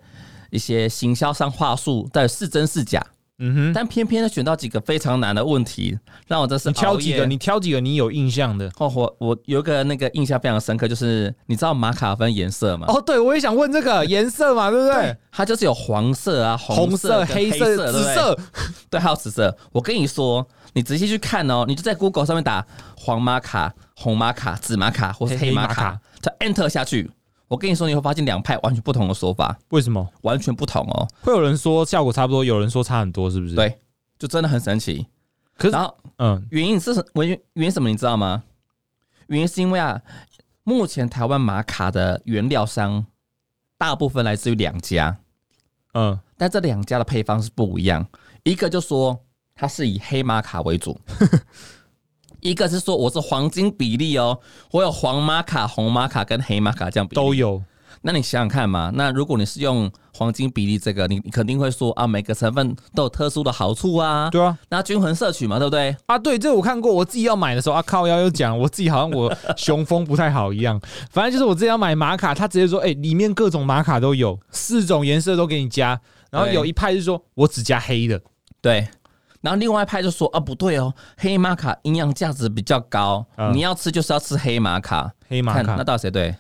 [SPEAKER 2] 一些行销上话术，但是真是假。
[SPEAKER 1] 嗯哼，
[SPEAKER 2] 但偏偏呢选到几个非常难的问题，让我真是
[SPEAKER 1] 你挑
[SPEAKER 2] 熬
[SPEAKER 1] 几
[SPEAKER 2] 夜
[SPEAKER 1] 个，你挑几个你有印象的。
[SPEAKER 2] 哦，我我有一个那个印象非常深刻，就是你知道玛卡分颜色吗？
[SPEAKER 1] 哦，对，我也想问这个颜色嘛，对不对？
[SPEAKER 2] 它就是有黄色啊、
[SPEAKER 1] 红
[SPEAKER 2] 色、
[SPEAKER 1] 黑
[SPEAKER 2] 黑色、对不
[SPEAKER 1] 紫
[SPEAKER 2] 对，
[SPEAKER 1] 色，
[SPEAKER 2] 对，还有紫色。我跟你说，你仔细去看哦，你就在 Google 上面打黄玛卡、红玛卡、紫玛卡或是
[SPEAKER 1] 黑
[SPEAKER 2] 黑玛
[SPEAKER 1] 玛
[SPEAKER 2] 卡
[SPEAKER 1] 卡，
[SPEAKER 2] 它 Enter 下去，我跟你说，你会发现两派完全不同的说法，
[SPEAKER 1] 为什么
[SPEAKER 2] 完全不同哦，
[SPEAKER 1] 会有人说效果差不多，有人说差很多，是不是？
[SPEAKER 2] 对就真的很神奇。
[SPEAKER 1] 可是
[SPEAKER 2] 然后
[SPEAKER 1] 嗯，
[SPEAKER 2] 原因是什原因原因什么你知道吗？原因是因为啊，目前台湾玛卡的原料商大部分来自于两家，
[SPEAKER 1] 嗯
[SPEAKER 2] 但这两家的配方是不一样，一个就说它是以黑玛卡 为主，一个是说我是黄金比例哦，我有黄玛卡、红玛卡跟黑玛卡这样比例
[SPEAKER 1] 都。有，
[SPEAKER 2] 那你想想看嘛，那如果你是用黄金比例这个，你你肯定会说啊，每个成分都有特殊的好处啊，
[SPEAKER 1] 对啊
[SPEAKER 2] 那均衡摄取嘛，对不对？
[SPEAKER 1] 啊，对，这我看过，我自己要买的时候啊，靠腰又讲我自己好像我雄风不太好一样， 反正就是我自己要买玛卡，他直接说，哎、里面各种玛卡都有，四种颜色都给你加，然后
[SPEAKER 2] 对
[SPEAKER 1] 有一派是说我只加黑的，
[SPEAKER 2] 对。然后另外一派就说啊，不对哦，黑玛卡营养价值比较高，
[SPEAKER 1] 嗯
[SPEAKER 2] 你要吃就是要吃黑玛卡。
[SPEAKER 1] 黑玛
[SPEAKER 2] 看
[SPEAKER 1] 卡，
[SPEAKER 2] 那
[SPEAKER 1] 那
[SPEAKER 2] 到底谁对？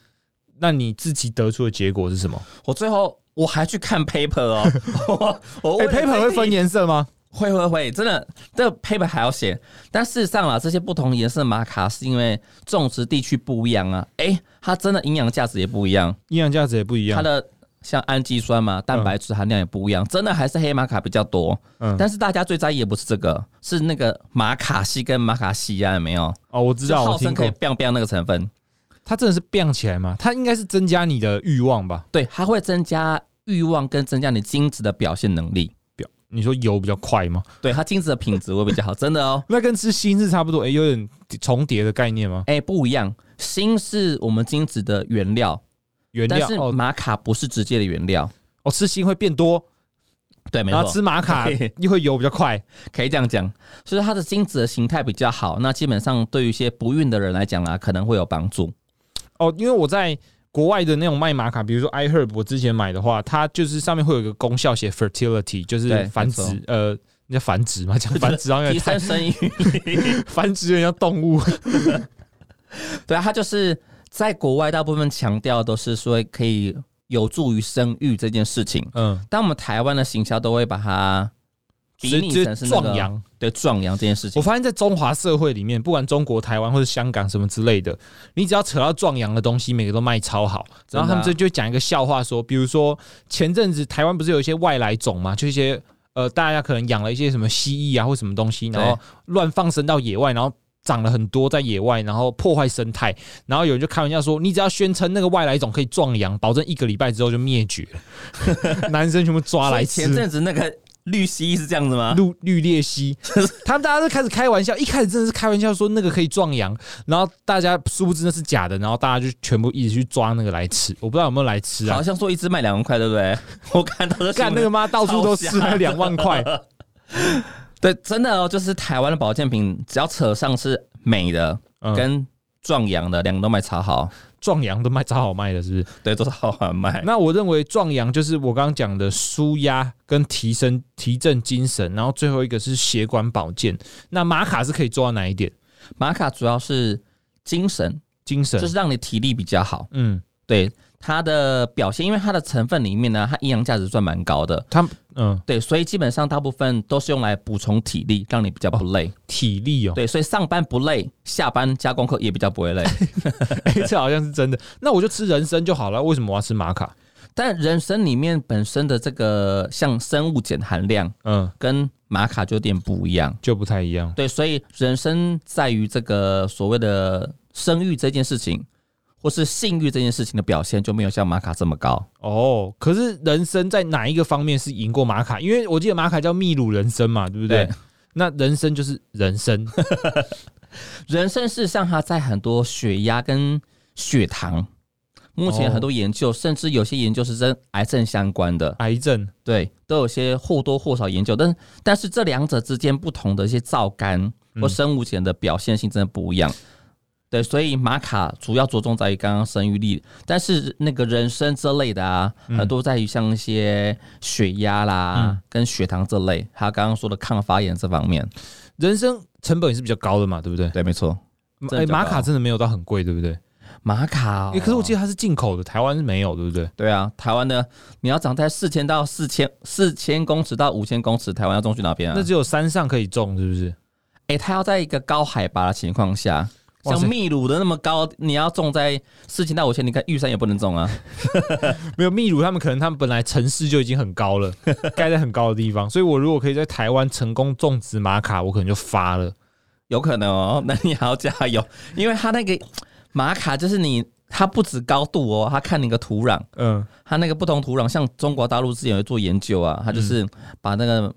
[SPEAKER 1] 你自己得出的结果是什么？
[SPEAKER 2] 我最后我还去看 paper 哦，我我
[SPEAKER 1] 哎、
[SPEAKER 2] 为
[SPEAKER 1] p
[SPEAKER 2] 了
[SPEAKER 1] a p e r
[SPEAKER 2] 这一
[SPEAKER 1] 会分
[SPEAKER 2] 题
[SPEAKER 1] 颜色吗？
[SPEAKER 2] 会会会，真的这个 paper 还要写。但事实上啦，这些不同颜色的玛卡是因为种植地区不一样啊，诶，它真的营养价值也不一样，
[SPEAKER 1] 营养价值也不一
[SPEAKER 2] 它
[SPEAKER 1] 样，
[SPEAKER 2] 的像氨基酸嘛、蛋白质含量也不一样，真的还是黑玛卡比较多。
[SPEAKER 1] 嗯，
[SPEAKER 2] 但是大家最在意也不是这个，是那个玛卡西跟玛卡西亚有没有？
[SPEAKER 1] 哦，我知道，
[SPEAKER 2] 就
[SPEAKER 1] 我
[SPEAKER 2] 号称
[SPEAKER 1] 听
[SPEAKER 2] 可以
[SPEAKER 1] 过，
[SPEAKER 2] biang biang 那个成分，
[SPEAKER 1] 它真的是变起来嘛，它应该是增加你的欲望吧？
[SPEAKER 2] 对，它会增加欲望跟增加你精子的表现能力。
[SPEAKER 1] 你说油比较快吗？
[SPEAKER 2] 对它精子的品质会比较好，真的哦。
[SPEAKER 1] 那跟吃锌是差不多，哎、有点重叠的概念吗？
[SPEAKER 2] 哎、不一样，锌是我们精子的原料，
[SPEAKER 1] 原
[SPEAKER 2] 但
[SPEAKER 1] 料
[SPEAKER 2] 是
[SPEAKER 1] 哦
[SPEAKER 2] 玛卡不是直接的原料。
[SPEAKER 1] 哦，吃锌会变多，
[SPEAKER 2] 对，没
[SPEAKER 1] 然后
[SPEAKER 2] 错
[SPEAKER 1] 吃，玛卡
[SPEAKER 2] 对
[SPEAKER 1] 又会游比较快，
[SPEAKER 2] 可以这样讲。所以它的精子的形态比较好，那基本上对于一些不孕的人来讲啊，可能会有帮助。
[SPEAKER 1] 哦，因为我在国外的那种卖玛卡，比如说 iHerb，我之前买的话，它就是上面会有一个功效写 fertility，就是
[SPEAKER 2] 对
[SPEAKER 1] 繁殖
[SPEAKER 2] 没错，
[SPEAKER 1] 呃，那叫繁殖嘛，讲繁殖好像有
[SPEAKER 2] 提
[SPEAKER 1] 点太
[SPEAKER 2] 升生育，
[SPEAKER 1] 繁殖有点像动物，
[SPEAKER 2] 对啊，它就是在国外大部分强调都是说可以有助于生育这件事情，
[SPEAKER 1] 嗯，
[SPEAKER 2] 但我们台湾的行销都会把它比
[SPEAKER 1] 直
[SPEAKER 2] 拟
[SPEAKER 1] 接
[SPEAKER 2] 成是那
[SPEAKER 1] 壮
[SPEAKER 2] 个
[SPEAKER 1] 阳。
[SPEAKER 2] 对壮阳这件事情
[SPEAKER 1] 我。发现，在中华社会里面，不管中国、台湾或者香港什么之类的，你只要扯到壮阳的东西，每个都卖超好。然后他们这
[SPEAKER 2] 真的啊
[SPEAKER 1] 就讲一个笑话说比如说前阵子台湾不是有一些外来种嘛，就一些呃，大家可能养了一些什么蜥蜴啊或什么东西，然后乱放生到野外，然后。长了很多在野外，然后破坏生态，然后有人就开玩笑说：“你只要宣称那个外来种可以壮阳，保证一个礼拜之后就灭绝了。” 男生全部抓
[SPEAKER 2] 所
[SPEAKER 1] 来
[SPEAKER 2] 以
[SPEAKER 1] 吃。
[SPEAKER 2] 前阵子那个绿蜥蜴是这样子吗？
[SPEAKER 1] 绿绿鬣蜥，他们大家都开始开玩笑，一开始真的是开玩笑说那个可以壮阳，然后大家殊不知那是假的，然后大家就全部一直去抓那个来吃，我不知道有没有来吃啊
[SPEAKER 2] 好？像说一只卖两万块，对 不对？我看到的新
[SPEAKER 1] 干
[SPEAKER 2] 闻
[SPEAKER 1] 那个妈到处都是，
[SPEAKER 2] 超吓
[SPEAKER 1] 还
[SPEAKER 2] 人
[SPEAKER 1] 两万 块，
[SPEAKER 2] 对，真的哦，就是台湾的保健品，只要扯上是美的
[SPEAKER 1] 嗯，
[SPEAKER 2] 跟壮阳的，两个都卖超好，
[SPEAKER 1] 壮阳都卖超好卖的，是不是？
[SPEAKER 2] 对，都是好好卖。
[SPEAKER 1] 那我认为壮阳就是我刚刚讲的舒压跟提升提振精神，然后最后一个是血管保健。那玛卡是可以做到哪一点？
[SPEAKER 2] 玛卡主要是精神，
[SPEAKER 1] 精神
[SPEAKER 2] 就，是让你体力比较好。
[SPEAKER 1] 嗯，
[SPEAKER 2] 对它的表现，因为它的成分里面呢，它营养价值算蛮高的。
[SPEAKER 1] 他嗯
[SPEAKER 2] 对，所以基本上大部分都是用来补充体力，让你比较不累。
[SPEAKER 1] 体力哦，
[SPEAKER 2] 对，所以上班不累，下班加功课也比较不会 累。
[SPEAKER 1] 哎、 这好像是真的。那我就吃人参就好了，为什么我要吃玛卡？
[SPEAKER 2] 但人参里面本身的这个像生物碱含量
[SPEAKER 1] 嗯。
[SPEAKER 2] 跟玛卡就有点不一样，
[SPEAKER 1] 就不太一样。
[SPEAKER 2] 对，所以人参在于这个所谓的生育这件事情，或是性欲这件事情的表现就没有像玛卡这么高。
[SPEAKER 1] 哦，可是人参在哪一个方面是赢过马卡？因为我记得马卡叫秘鲁人参嘛，对不对？
[SPEAKER 2] 对
[SPEAKER 1] 那人参就是人 参，
[SPEAKER 2] 人参事实上它在很多血压跟血糖目前
[SPEAKER 1] 哦
[SPEAKER 2] 很多研究，甚至有些研究是跟癌症相关的，
[SPEAKER 1] 癌症
[SPEAKER 2] 对，都有些或多或少研究，但但是这两者之间不同的一些皂苷
[SPEAKER 1] 嗯
[SPEAKER 2] 或生物碱的表现性真的不一样。对，所以玛卡主要着重在于刚刚生育力，但是那个人参这类的啊，很、
[SPEAKER 1] 嗯
[SPEAKER 2] 多在于像一些血压啦、跟血糖这类，还有刚刚说的抗发炎这方面。
[SPEAKER 1] 人生成本也是比较高的嘛，对不对？
[SPEAKER 2] 对，没错，真的
[SPEAKER 1] 哎，
[SPEAKER 2] 比较高
[SPEAKER 1] 玛卡真的没有到很贵，对不对？
[SPEAKER 2] 玛卡、哦
[SPEAKER 1] 哎，可是我记得它是进口的，台湾是没有，对不对？
[SPEAKER 2] 对啊，台湾的你要长在四千到四千四千公尺到五千公尺，台湾要种去哪边啊？
[SPEAKER 1] 那只有山上可以种，是不是？
[SPEAKER 2] 哎、它要在一个高海拔的情况下，
[SPEAKER 1] 哇
[SPEAKER 2] 像
[SPEAKER 1] 塞
[SPEAKER 2] 秘鲁的那么高，你要种在四千到五千，你看玉山也不能种啊。
[SPEAKER 1] 没有秘鲁，他们可能他们本来城市就已经很高 了，盖在很高的地方，所以我如果可以在台湾成功种植玛卡，我可能就发了。
[SPEAKER 2] 有可能哦， 那你还要加油，因为它那个玛卡就是你，它不止高度哦，它看你个土壤，
[SPEAKER 1] 嗯，
[SPEAKER 2] 它那个不同土壤，像中国大陆之前有做研究啊，它
[SPEAKER 1] 嗯
[SPEAKER 2] 就是把那个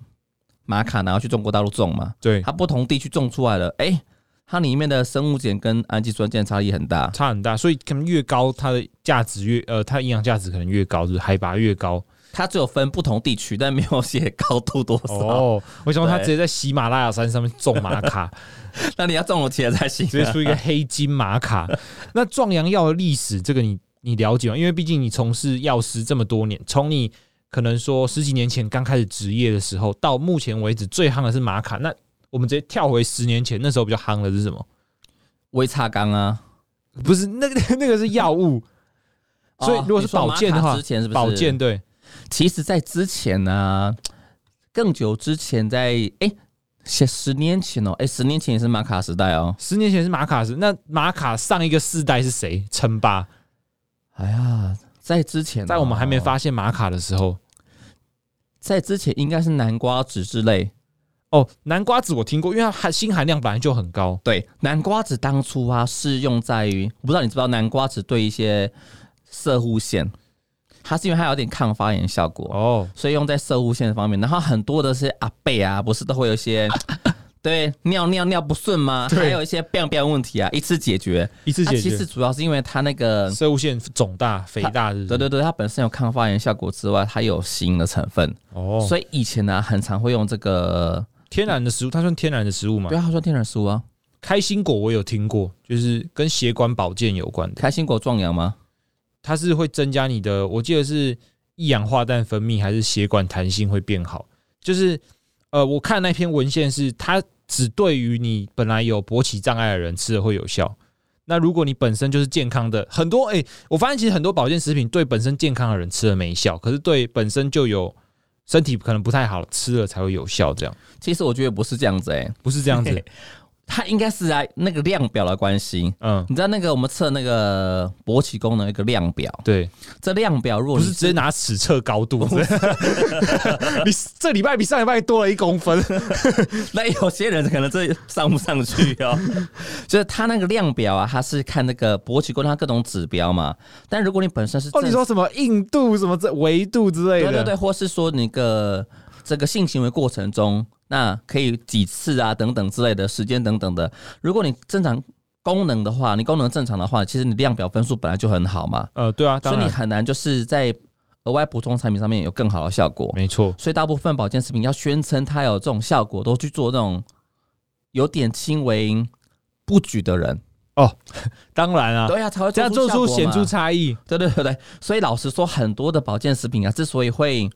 [SPEAKER 2] 玛卡拿去中国大陆种嘛，
[SPEAKER 1] 对，
[SPEAKER 2] 它不同地区种出来了，哎、它里面的生物碱跟氨基酸键差异很大，
[SPEAKER 1] 差很大，所以可能越高，它的价值越呃，它的营养价值可能越高，就是海拔越高。
[SPEAKER 2] 它只有分不同地区，但没有写高度多少。
[SPEAKER 1] 哦，我想说他
[SPEAKER 2] 对
[SPEAKER 1] 直接在喜马拉雅山上面种玛卡，
[SPEAKER 2] 那你要种了起来才行、啊
[SPEAKER 1] 直接出一个黑金玛卡。那壮阳药的历史，这个你你了解吗？因为毕竟你从事药师这么多年，从你可能说十几年前刚开始职业的时候，到目前为止最夯的是玛卡。那我们直接跳回十年前，那时候比较夯的是什么？
[SPEAKER 2] 微差缸啊。
[SPEAKER 1] 不是那 个那个是药物，所以如果是保健的
[SPEAKER 2] 哦你说玛
[SPEAKER 1] 话，
[SPEAKER 2] 卡之前是不是
[SPEAKER 1] 保健？对，
[SPEAKER 2] 其实，在之前呢、更久之前在，哎，写十年前哦，哎，十年前也是玛卡时代哦。
[SPEAKER 1] 十年前是玛卡时，那玛卡上一个世代是谁称霸？
[SPEAKER 2] 哎呀，在之前哦、
[SPEAKER 1] 在我们还没发现玛卡的时候，
[SPEAKER 2] 在之前应该是南瓜子之类。
[SPEAKER 1] 哦，南瓜子我听过，因为它含锌含量本来就很高。
[SPEAKER 2] 对，南瓜子当初啊，适用在于，我不知道你知不知道，南瓜子对一些射护腺，它是因为它有点抗发炎效果。
[SPEAKER 1] 哦，
[SPEAKER 2] 所以用在射护线方面。然后很多的是阿贝啊，不是都会有 一些对尿尿尿不顺吗？
[SPEAKER 1] 对
[SPEAKER 2] 还有一些便便问题啊，一次解决。
[SPEAKER 1] 一次
[SPEAKER 2] 它
[SPEAKER 1] 解
[SPEAKER 2] 其实
[SPEAKER 1] 决。
[SPEAKER 2] 主要是因为它那个，
[SPEAKER 1] 射物腺肿大、肥大是不是
[SPEAKER 2] 对对对，它本身有抗发炎效果之外，它有锌的成分，
[SPEAKER 1] 哦，
[SPEAKER 2] 所以以前呢、很常会用这个，
[SPEAKER 1] 天然的食物，它算天然的食物嘛
[SPEAKER 2] 对？啊，它说天然食物啊，
[SPEAKER 1] 开心果我有听过，就是跟血管保健有关的，
[SPEAKER 2] 开心果壮阳吗？
[SPEAKER 1] 它是会增加你的，我记得是一氧化氮分泌还是血管弹性会变好。就是呃，我看那篇文献是它只对于你本来有勃起障碍的人吃了会有效。那如果你本身就是健康的，很多诶、我发现其实很多保健食品对本身健康的人吃了没效，可是对本身就有身体可能不太好了吃了才会有效，这样
[SPEAKER 2] 其实我觉得不是这样子哎、
[SPEAKER 1] 不是这样子。
[SPEAKER 2] 它应该是啊那个量表的关系。
[SPEAKER 1] 嗯，
[SPEAKER 2] 你知道那个我们测那个勃起功能有一个量表，
[SPEAKER 1] 对，
[SPEAKER 2] 这量表如果
[SPEAKER 1] 不
[SPEAKER 2] 你
[SPEAKER 1] 是直接拿尺测高度， 你这礼拜比上礼拜多了一公分。
[SPEAKER 2] 那有些人可能这上不上去 哦，就是他那个量表啊，他是看那个勃起功能它各种指标嘛。但如果你本身是
[SPEAKER 1] 哦，
[SPEAKER 2] 正
[SPEAKER 1] 你说什么硬度、什么这维度之类
[SPEAKER 2] 对
[SPEAKER 1] 的？
[SPEAKER 2] 对对，或是说那个这个性行为过程中，那可以几次啊等等之类的时间等等的。如果你正常功能的话，你功能正常的话，其实你量表分数本来就很好嘛，
[SPEAKER 1] 呃，对啊，
[SPEAKER 2] 所
[SPEAKER 1] 当
[SPEAKER 2] 以你
[SPEAKER 1] 然
[SPEAKER 2] 很难就是在额外补充产品上面有更好的效果。
[SPEAKER 1] 没错。
[SPEAKER 2] 所以大部分保健食品要宣称它有这种效果，都去做那种有点轻微不举的人，
[SPEAKER 1] 当然啊，
[SPEAKER 2] 对呀、啊，才会
[SPEAKER 1] 哦这样做出
[SPEAKER 2] 出
[SPEAKER 1] 显著
[SPEAKER 2] 出
[SPEAKER 1] 差异。
[SPEAKER 2] 对对对对，所以老实说，很多的保健食品啊，之所以会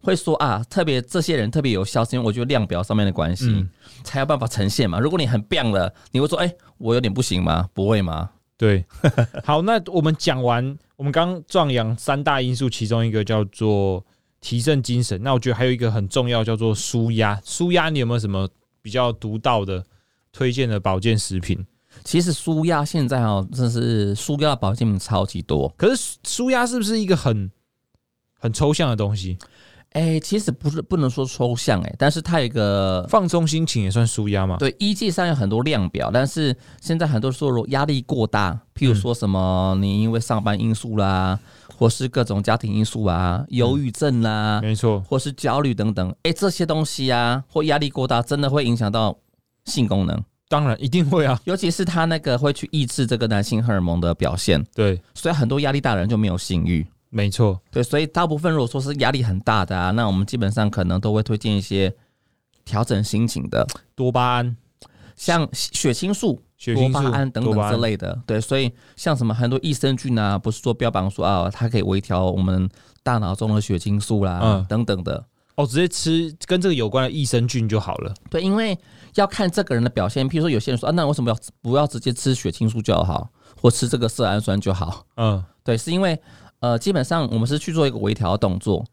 [SPEAKER 2] 会说啊，特别这些人特别有效，是因为我觉得量表上面的关系、
[SPEAKER 1] 嗯
[SPEAKER 2] 才有办法呈现嘛。如果你很棒了，你会说，哎、我有点不行吗？不会吗？
[SPEAKER 1] 对， 好，那我们讲完，我们刚壮阳三大因素，其中一个叫做提振精神。那我觉得还有一个很重要，叫做舒压。舒压，你有没有什么比较独到的推荐的保健食品？
[SPEAKER 2] 其实舒压现在哦，真的是舒压的保健品超级多。
[SPEAKER 1] 可是舒压是不是一个很很抽象的东西？
[SPEAKER 2] 哎、其实不是不能说抽象哎、但是它有一个
[SPEAKER 1] 放松心情也算舒压嘛？
[SPEAKER 2] 对，一季上有很多量表，但是现在很多说如果压力过大，譬如说什么你因为上班因素啦，或是各种家庭因素啊，忧郁症啦，
[SPEAKER 1] 没错，
[SPEAKER 2] 或啊是焦虑等等，哎、这些东西啊，或压力过大，真的会影响到性功能。
[SPEAKER 1] 当然一定会啊，
[SPEAKER 2] 尤其是他那个会去抑制这个男性荷尔蒙的表现，
[SPEAKER 1] 对，
[SPEAKER 2] 所以很多压力大的人就没有性欲。
[SPEAKER 1] 没错，
[SPEAKER 2] 对，所以大部分如果说是压力很大的啊，那我们基本上可能都会推荐一些调整心情的，
[SPEAKER 1] 多巴胺、
[SPEAKER 2] 像血清素、
[SPEAKER 1] 血
[SPEAKER 2] 多
[SPEAKER 1] 清
[SPEAKER 2] 巴
[SPEAKER 1] 素、
[SPEAKER 2] 胺等
[SPEAKER 1] 多
[SPEAKER 2] 等
[SPEAKER 1] 巴
[SPEAKER 2] 之
[SPEAKER 1] 胺
[SPEAKER 2] 类的。对，所以像什么很多益生菌啊，不是说标榜说啊，它可以微调我们大脑中的血清素啦、
[SPEAKER 1] 嗯
[SPEAKER 2] 等等的。
[SPEAKER 1] 哦，直接吃跟这个有关的益生菌就好了。
[SPEAKER 2] 对，因为要看这个人的表现。譬如说，有些人说啊，那为什么要不要直接吃血清素就好，或吃这个色氨酸就好？
[SPEAKER 1] 嗯，
[SPEAKER 2] 对，是因为呃，基本上我们是去做一个微调的动作，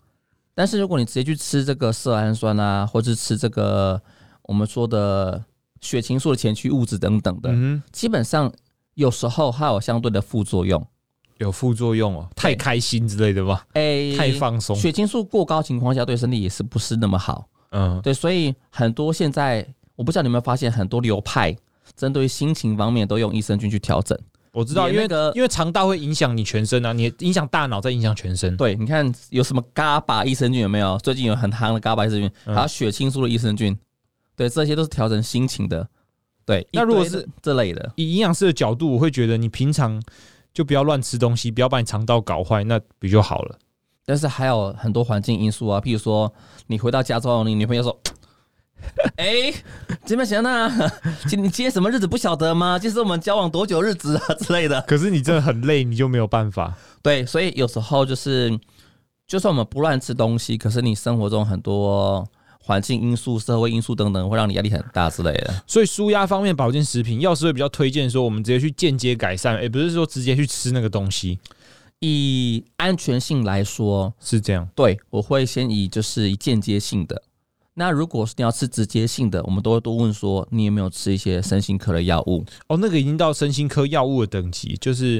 [SPEAKER 2] 但是如果你直接去吃这个色氨酸啊，或是吃这个我们说的血清素的前驱物质等等的，
[SPEAKER 1] 嗯哼，
[SPEAKER 2] 基本上有时候它有相对的副作用。
[SPEAKER 1] 有副作用哦，太开心之类的吧，
[SPEAKER 2] 哎、
[SPEAKER 1] 太放松。
[SPEAKER 2] 血清素过高情况下对身体也是不是那么好。
[SPEAKER 1] 嗯，
[SPEAKER 2] 对，所以很多现在我不知道你有没有发现，很多流派针对于心情方面都用益生菌去调整。
[SPEAKER 1] 我知道，
[SPEAKER 2] 连
[SPEAKER 1] 因为
[SPEAKER 2] 那个
[SPEAKER 1] 因为肠道会影响你全身啊，你影响大脑，再影响全身。啊
[SPEAKER 2] 对，你看有什么 GABA 益生菌有没有？最近有很夯的 GABA 益生菌，
[SPEAKER 1] 嗯
[SPEAKER 2] 还有血清素的益生菌，对，这些都是调整心情的。对，
[SPEAKER 1] 那如果
[SPEAKER 2] 一堆
[SPEAKER 1] 是
[SPEAKER 2] 这类的，
[SPEAKER 1] 以营养师的角度，我会觉得你平常就不要乱吃东西，不要把你肠道搞坏，那不就好了？
[SPEAKER 2] 但是还有很多环境因素啊，譬如说你回到家之后，你女朋友说：“哎、金曼贤呐， 今你今天什么日子不晓得吗？这是我们交往多久日子啊之类的。”
[SPEAKER 1] 可是你真的很累，你就没有办法。
[SPEAKER 2] 对，所以有时候就是，就算我们不乱吃东西，可是你生活中很多环境因素、社会因素等等，会让你压力很大之类的。
[SPEAKER 1] 所以舒压方面，保健食品药师会比较推荐说，我们直接去间接改善，也不是说直接去吃那个东西，
[SPEAKER 2] 以安全性来说，
[SPEAKER 1] 是这样。
[SPEAKER 2] 对我会先以就是以间接性的。那如果是你要吃直接性的，我们都会多问说你有没有吃一些身心科的药物。
[SPEAKER 1] 哦，那个已经到身心科药物的等级，就是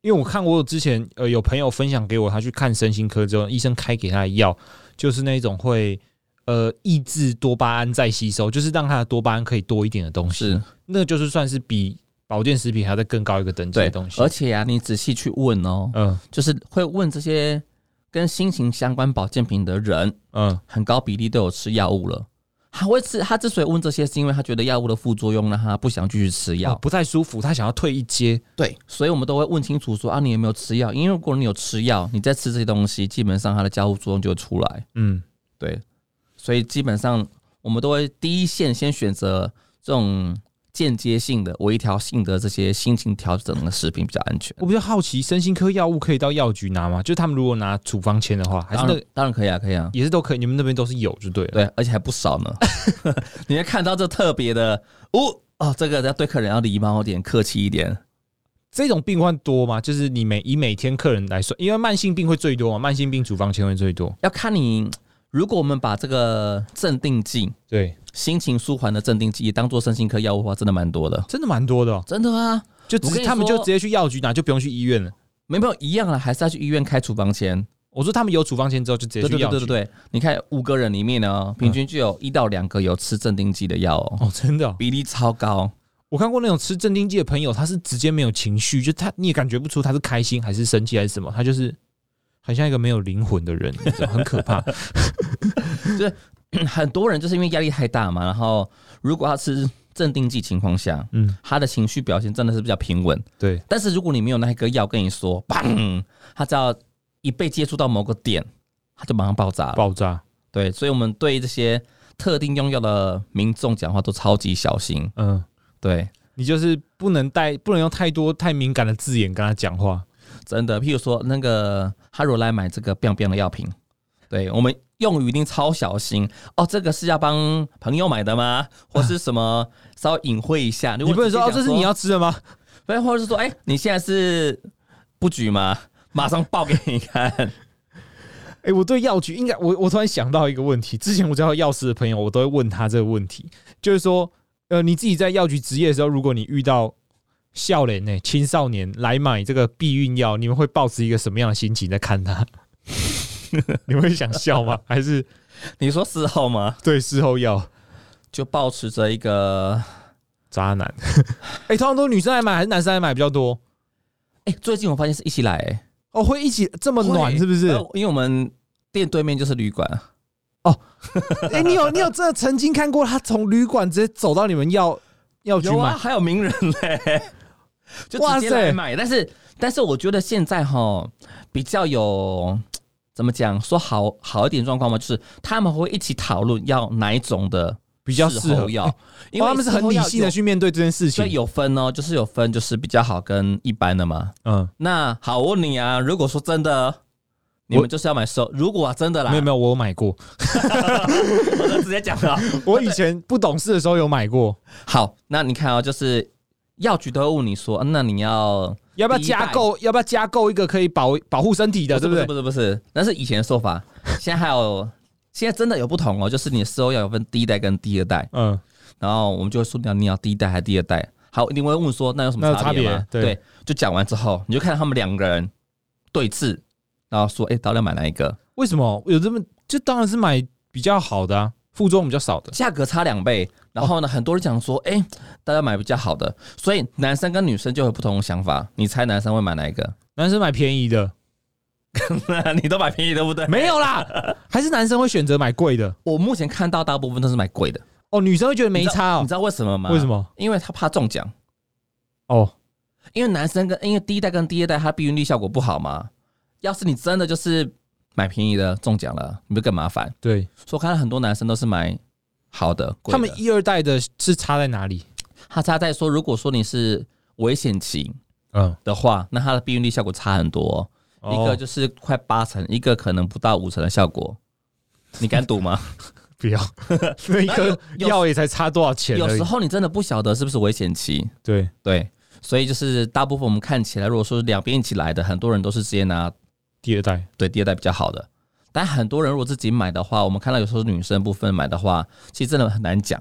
[SPEAKER 1] 因为我看我有之前呃有朋友分享给我，他去看身心科之后，医生开给他的药就是那种会呃抑制多巴胺再吸收，就是让他的多巴胺可以多一点的东西，
[SPEAKER 2] 是
[SPEAKER 1] 那个就是算是比保健食品还要再更高一个等级
[SPEAKER 2] 对
[SPEAKER 1] 的东，西
[SPEAKER 2] 而。且啊，你仔细去问哦，
[SPEAKER 1] 嗯
[SPEAKER 2] 就是会问这些跟心情相关保健品的人，
[SPEAKER 1] 嗯，
[SPEAKER 2] 很高比例都有吃药物了。他会吃，他之所以问这些，是因为他觉得药物的副作用让他不想继续吃药。
[SPEAKER 1] 哦不太舒服，他想要退一阶。
[SPEAKER 2] 对，所以我们都会问清楚说啊，你有没有吃药？因为如果你有吃药，你再吃这些东西，基本上它的交互作用就会出来。
[SPEAKER 1] 嗯，
[SPEAKER 2] 对，所以基本上我们都会第一线先选择这种间接性的、微调性的这些心情调整的食品比较安全。
[SPEAKER 1] 我比较好奇，身心科药物可以到药局拿吗？就是他们如果拿处方签的话，还是
[SPEAKER 2] 当
[SPEAKER 1] 那
[SPEAKER 2] 然
[SPEAKER 1] 个
[SPEAKER 2] 当然可以啊，可以啊。
[SPEAKER 1] 也是都可以，你们那边都是有就对了。
[SPEAKER 2] 对，而且还不少呢。 你会看到这特别的哦哦，这个要对客人要礼貌一点，客气一点。
[SPEAKER 1] 这种病患多吗？就是你每以每天客人来算，因为慢性病会最多嘛，慢性病处方签会最多。
[SPEAKER 2] 要看你，如果我们把这个镇定剂、
[SPEAKER 1] 对，
[SPEAKER 2] 心情舒缓的镇定剂当做身心科药物的话，真的蛮多的。
[SPEAKER 1] 真的蛮多的、哦，
[SPEAKER 2] 真的啊，
[SPEAKER 1] 就
[SPEAKER 2] 我
[SPEAKER 1] 直
[SPEAKER 2] 跟你
[SPEAKER 1] 他们就
[SPEAKER 2] 说
[SPEAKER 1] 直接去药局拿，就不用去医院了。
[SPEAKER 2] 没有没有一样啊，还是要去医院开处方签。
[SPEAKER 1] 我说他们有处方签之后就直接
[SPEAKER 2] 对对
[SPEAKER 1] 去
[SPEAKER 2] 对
[SPEAKER 1] 药
[SPEAKER 2] 对
[SPEAKER 1] 局。嗯
[SPEAKER 2] 对对，你看五个人里面呢，平均就有一到两个有吃镇定剂的药哦，
[SPEAKER 1] 哦，真的哦、
[SPEAKER 2] 比例超高。
[SPEAKER 1] 我看过那种吃镇定剂的朋友，他是直接没有情绪，就他你也感觉不出他是开心还是生气还是什么，他就是很像一个没有灵魂的人，你知道很可 怕。
[SPEAKER 2] 嗯很多人就是因为压力太大嘛，然后如果要吃镇定剂情况下，
[SPEAKER 1] 嗯，
[SPEAKER 2] 他的情绪表现真的是比较平稳。
[SPEAKER 1] 对，
[SPEAKER 2] 但是如果你没有那一个药跟你说， 砰，它只要一被接触到某个点，它就马上爆炸了。
[SPEAKER 1] 爆炸。
[SPEAKER 2] 对，所以我们对这些特定用药的民众讲话都超级小心。
[SPEAKER 1] 嗯，
[SPEAKER 2] 对，
[SPEAKER 1] 你就是不能带，不能用太多太敏感的字眼跟他讲话。
[SPEAKER 2] 真的，譬如说那个哈罗来买这个 biang biang 的药品，对我们用语一定超小心哦。这个是要帮朋友买的吗？或是什么稍微隐晦一下？你
[SPEAKER 1] 你不能说哦，这是你，要吃的吗？
[SPEAKER 2] 不然或者是说，哎、你现在是布局吗？马上报给你看。
[SPEAKER 1] 哎、我对药局应该，我我突然想到一个问题，之前我交到药师的朋友，我都会问他这个问题，就是说，呃，你自己在药局职业的时候，如果你遇到笑脸呢青少年来买这个避孕药，你们会抱持一个什么样的心情在看他？ 你们会想笑吗？还是
[SPEAKER 2] 你说事后吗？
[SPEAKER 1] 对事后药
[SPEAKER 2] 就保持着一个，
[SPEAKER 1] 渣男？ 哎、通常都是女生来买还是男生来买比较多？
[SPEAKER 2] 哎、最近我发现是一起来、欸，
[SPEAKER 1] 哦，会一起这么暖是不是？
[SPEAKER 2] 呃因为我们店对面就是旅馆，
[SPEAKER 1] 哎、你有你有真的曾经看过他从旅馆直接走到你们药药局
[SPEAKER 2] 有
[SPEAKER 1] 买
[SPEAKER 2] 啊，，还有名人嘞， 就直接来买。但是，但是我觉得现在哈比较有怎么讲，说好好一点状况嘛，就是他们会一起讨论要哪一种的
[SPEAKER 1] 比较适合
[SPEAKER 2] 药
[SPEAKER 1] 哎，
[SPEAKER 2] 因
[SPEAKER 1] 哦
[SPEAKER 2] 为
[SPEAKER 1] 他们是很理性的
[SPEAKER 2] 事
[SPEAKER 1] 去面对这件事
[SPEAKER 2] 所以
[SPEAKER 1] 情。
[SPEAKER 2] 有分哦，就是有分，就是比较好跟一般的嘛。
[SPEAKER 1] 嗯，
[SPEAKER 2] 那好，我问你啊，如果说真的，你们就是要买收，如果、啊、真的啦，
[SPEAKER 1] 没有没有，我有买过。
[SPEAKER 2] 有，我就直接讲了。
[SPEAKER 1] 我以前不懂事的时候有买过，
[SPEAKER 2] 好，那你看哦，就是药局都会问你说，啊那你要
[SPEAKER 1] 要不要
[SPEAKER 2] 第一代
[SPEAKER 1] 加购？要不要加购一个可以保保护身体的，对
[SPEAKER 2] 不
[SPEAKER 1] 对
[SPEAKER 2] 是？不？是不是，那是以前的说法，现在还有，现在真的有不同哦，就是你的收药有分第一代跟第二代，
[SPEAKER 1] 嗯，
[SPEAKER 2] 然后我们就会说你要你要第一代还是第二代，好，你会问说那有什么
[SPEAKER 1] 那有
[SPEAKER 2] 别
[SPEAKER 1] 差
[SPEAKER 2] 吗？
[SPEAKER 1] 别对
[SPEAKER 2] 对，就讲完之后，你就看到他们两个人对峙，然后说，哎、到底要买哪一个？
[SPEAKER 1] 为什么有这么？就当然是买比较好的啊，副作用比较少的。
[SPEAKER 2] 价格差两倍，然后呢，很多人讲说，哎、大家买比较好的，所以男生跟女生就有不同的想法，你猜男生会买哪一个？
[SPEAKER 1] 男生买便宜 的
[SPEAKER 2] 你都买便宜的，对不对？
[SPEAKER 1] 没有啦，还是男生会选择买贵的？
[SPEAKER 2] 我目前看到大部分都是买贵的，
[SPEAKER 1] 哦，女生会觉得没差
[SPEAKER 2] 你
[SPEAKER 1] 哦
[SPEAKER 2] 知？道啊为什么吗？
[SPEAKER 1] 为什？么？
[SPEAKER 2] 因为他怕中奖。
[SPEAKER 1] 哦，
[SPEAKER 2] 因为男生跟因为第一代跟第二代，它避孕率效果不好嘛。要是你真的就是买便宜的中奖了，你不更麻烦？
[SPEAKER 1] 对，
[SPEAKER 2] 所以我看到很多男生都是买好的，贵
[SPEAKER 1] 他
[SPEAKER 2] 的
[SPEAKER 1] 们一二代的是差在哪里？
[SPEAKER 2] 他差在说，如果说你是危险期
[SPEAKER 1] 嗯，
[SPEAKER 2] 的话，那它的避孕率效果差很多、哦，一个就是快八成，一个可能不到五成的效果。你敢赌 吗？
[SPEAKER 1] 不要，那一颗
[SPEAKER 2] 有
[SPEAKER 1] 药也才差多少钱
[SPEAKER 2] 有
[SPEAKER 1] 而已
[SPEAKER 2] 时。候你真的不晓得是不是危险期，
[SPEAKER 1] 对，
[SPEAKER 2] 对，所以就是大部分我们看起来，如果说是两边一起来的，很多人都是直接拿
[SPEAKER 1] 第二代
[SPEAKER 2] 对第二代比较好的。但很多人如果自己买的话，我们看到有时候女生部分买的话，其实真的很难讲。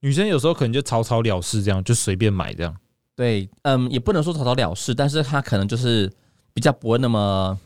[SPEAKER 1] 女生有时候可能就草草了事，这样就随便买这样。
[SPEAKER 2] 对，嗯，也不能说草草了事，但是她可能就是比较不会那么，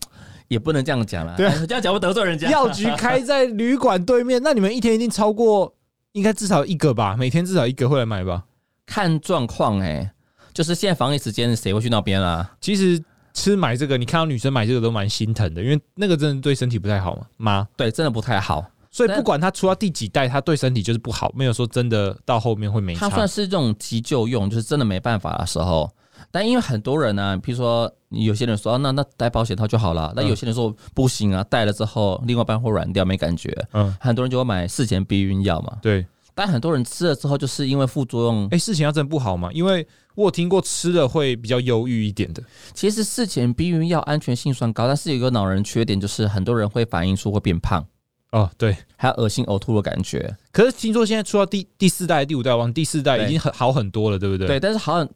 [SPEAKER 2] 也不能这样讲啦。
[SPEAKER 1] 对啊
[SPEAKER 2] 哎这样讲会得罪人家。
[SPEAKER 1] 药局开在旅馆对面，那你们一天一定超过，应该至少一个吧？每天至少一个会来买吧？
[SPEAKER 2] 看状况哎、就是现在防疫时间，谁会去那边啊？
[SPEAKER 1] 其实吃买这个，你看到女生买这个都蛮心疼的，因为那个真的对身体不太好嘛，妈。
[SPEAKER 2] 对，真的不太好。
[SPEAKER 1] 所以
[SPEAKER 2] 但
[SPEAKER 1] 不管她出到第几代，她对身体就是不好，没有说真的到后面会没
[SPEAKER 2] 它算
[SPEAKER 1] 差。
[SPEAKER 2] 是这种急救用，就是真的没办法的时候。但因为很多人呢、譬如说有些人说、啊那那戴保险套就好了，那
[SPEAKER 1] 嗯
[SPEAKER 2] 有些人说不行啊，戴了之后另外一半会软掉，没感觉。
[SPEAKER 1] 嗯，
[SPEAKER 2] 很多人就会买事前避孕药嘛，
[SPEAKER 1] 对。
[SPEAKER 2] 但很多人吃了之后，就是因为副作用。
[SPEAKER 1] 哎、事情要真的不好嘛？因为我有听过吃了会比较忧郁一点的。
[SPEAKER 2] 其实事前避孕药安全性算高，但是有一个恼人缺点，就是很多人会反映出会变胖，
[SPEAKER 1] 哦，对。
[SPEAKER 2] 还有恶心呕吐的感觉。
[SPEAKER 1] 可是听说现在出到第第四代、第五代，往第四代
[SPEAKER 2] 对
[SPEAKER 1] 已经很好很多了，对不对？
[SPEAKER 2] 对，，但是好像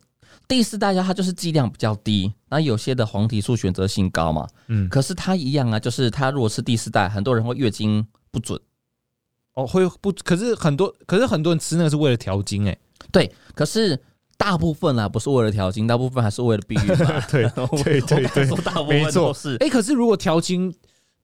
[SPEAKER 2] 第四代药它就是剂量比较低，那有些的黄体素选择性高嘛，
[SPEAKER 1] 嗯，
[SPEAKER 2] 可是它一样啊，就是它如果是第四代，很多人会月经不准。
[SPEAKER 1] 哦，会不？可是很多，可是很多人吃那个是为了调经、欸，
[SPEAKER 2] 对，可是大部分啊，不是为了调经，大部分还是为了避孕嘛。
[SPEAKER 1] 对 对对
[SPEAKER 2] 我敢说大部
[SPEAKER 1] 没
[SPEAKER 2] 分
[SPEAKER 1] 错
[SPEAKER 2] 都是
[SPEAKER 1] 哎、可是如果调经，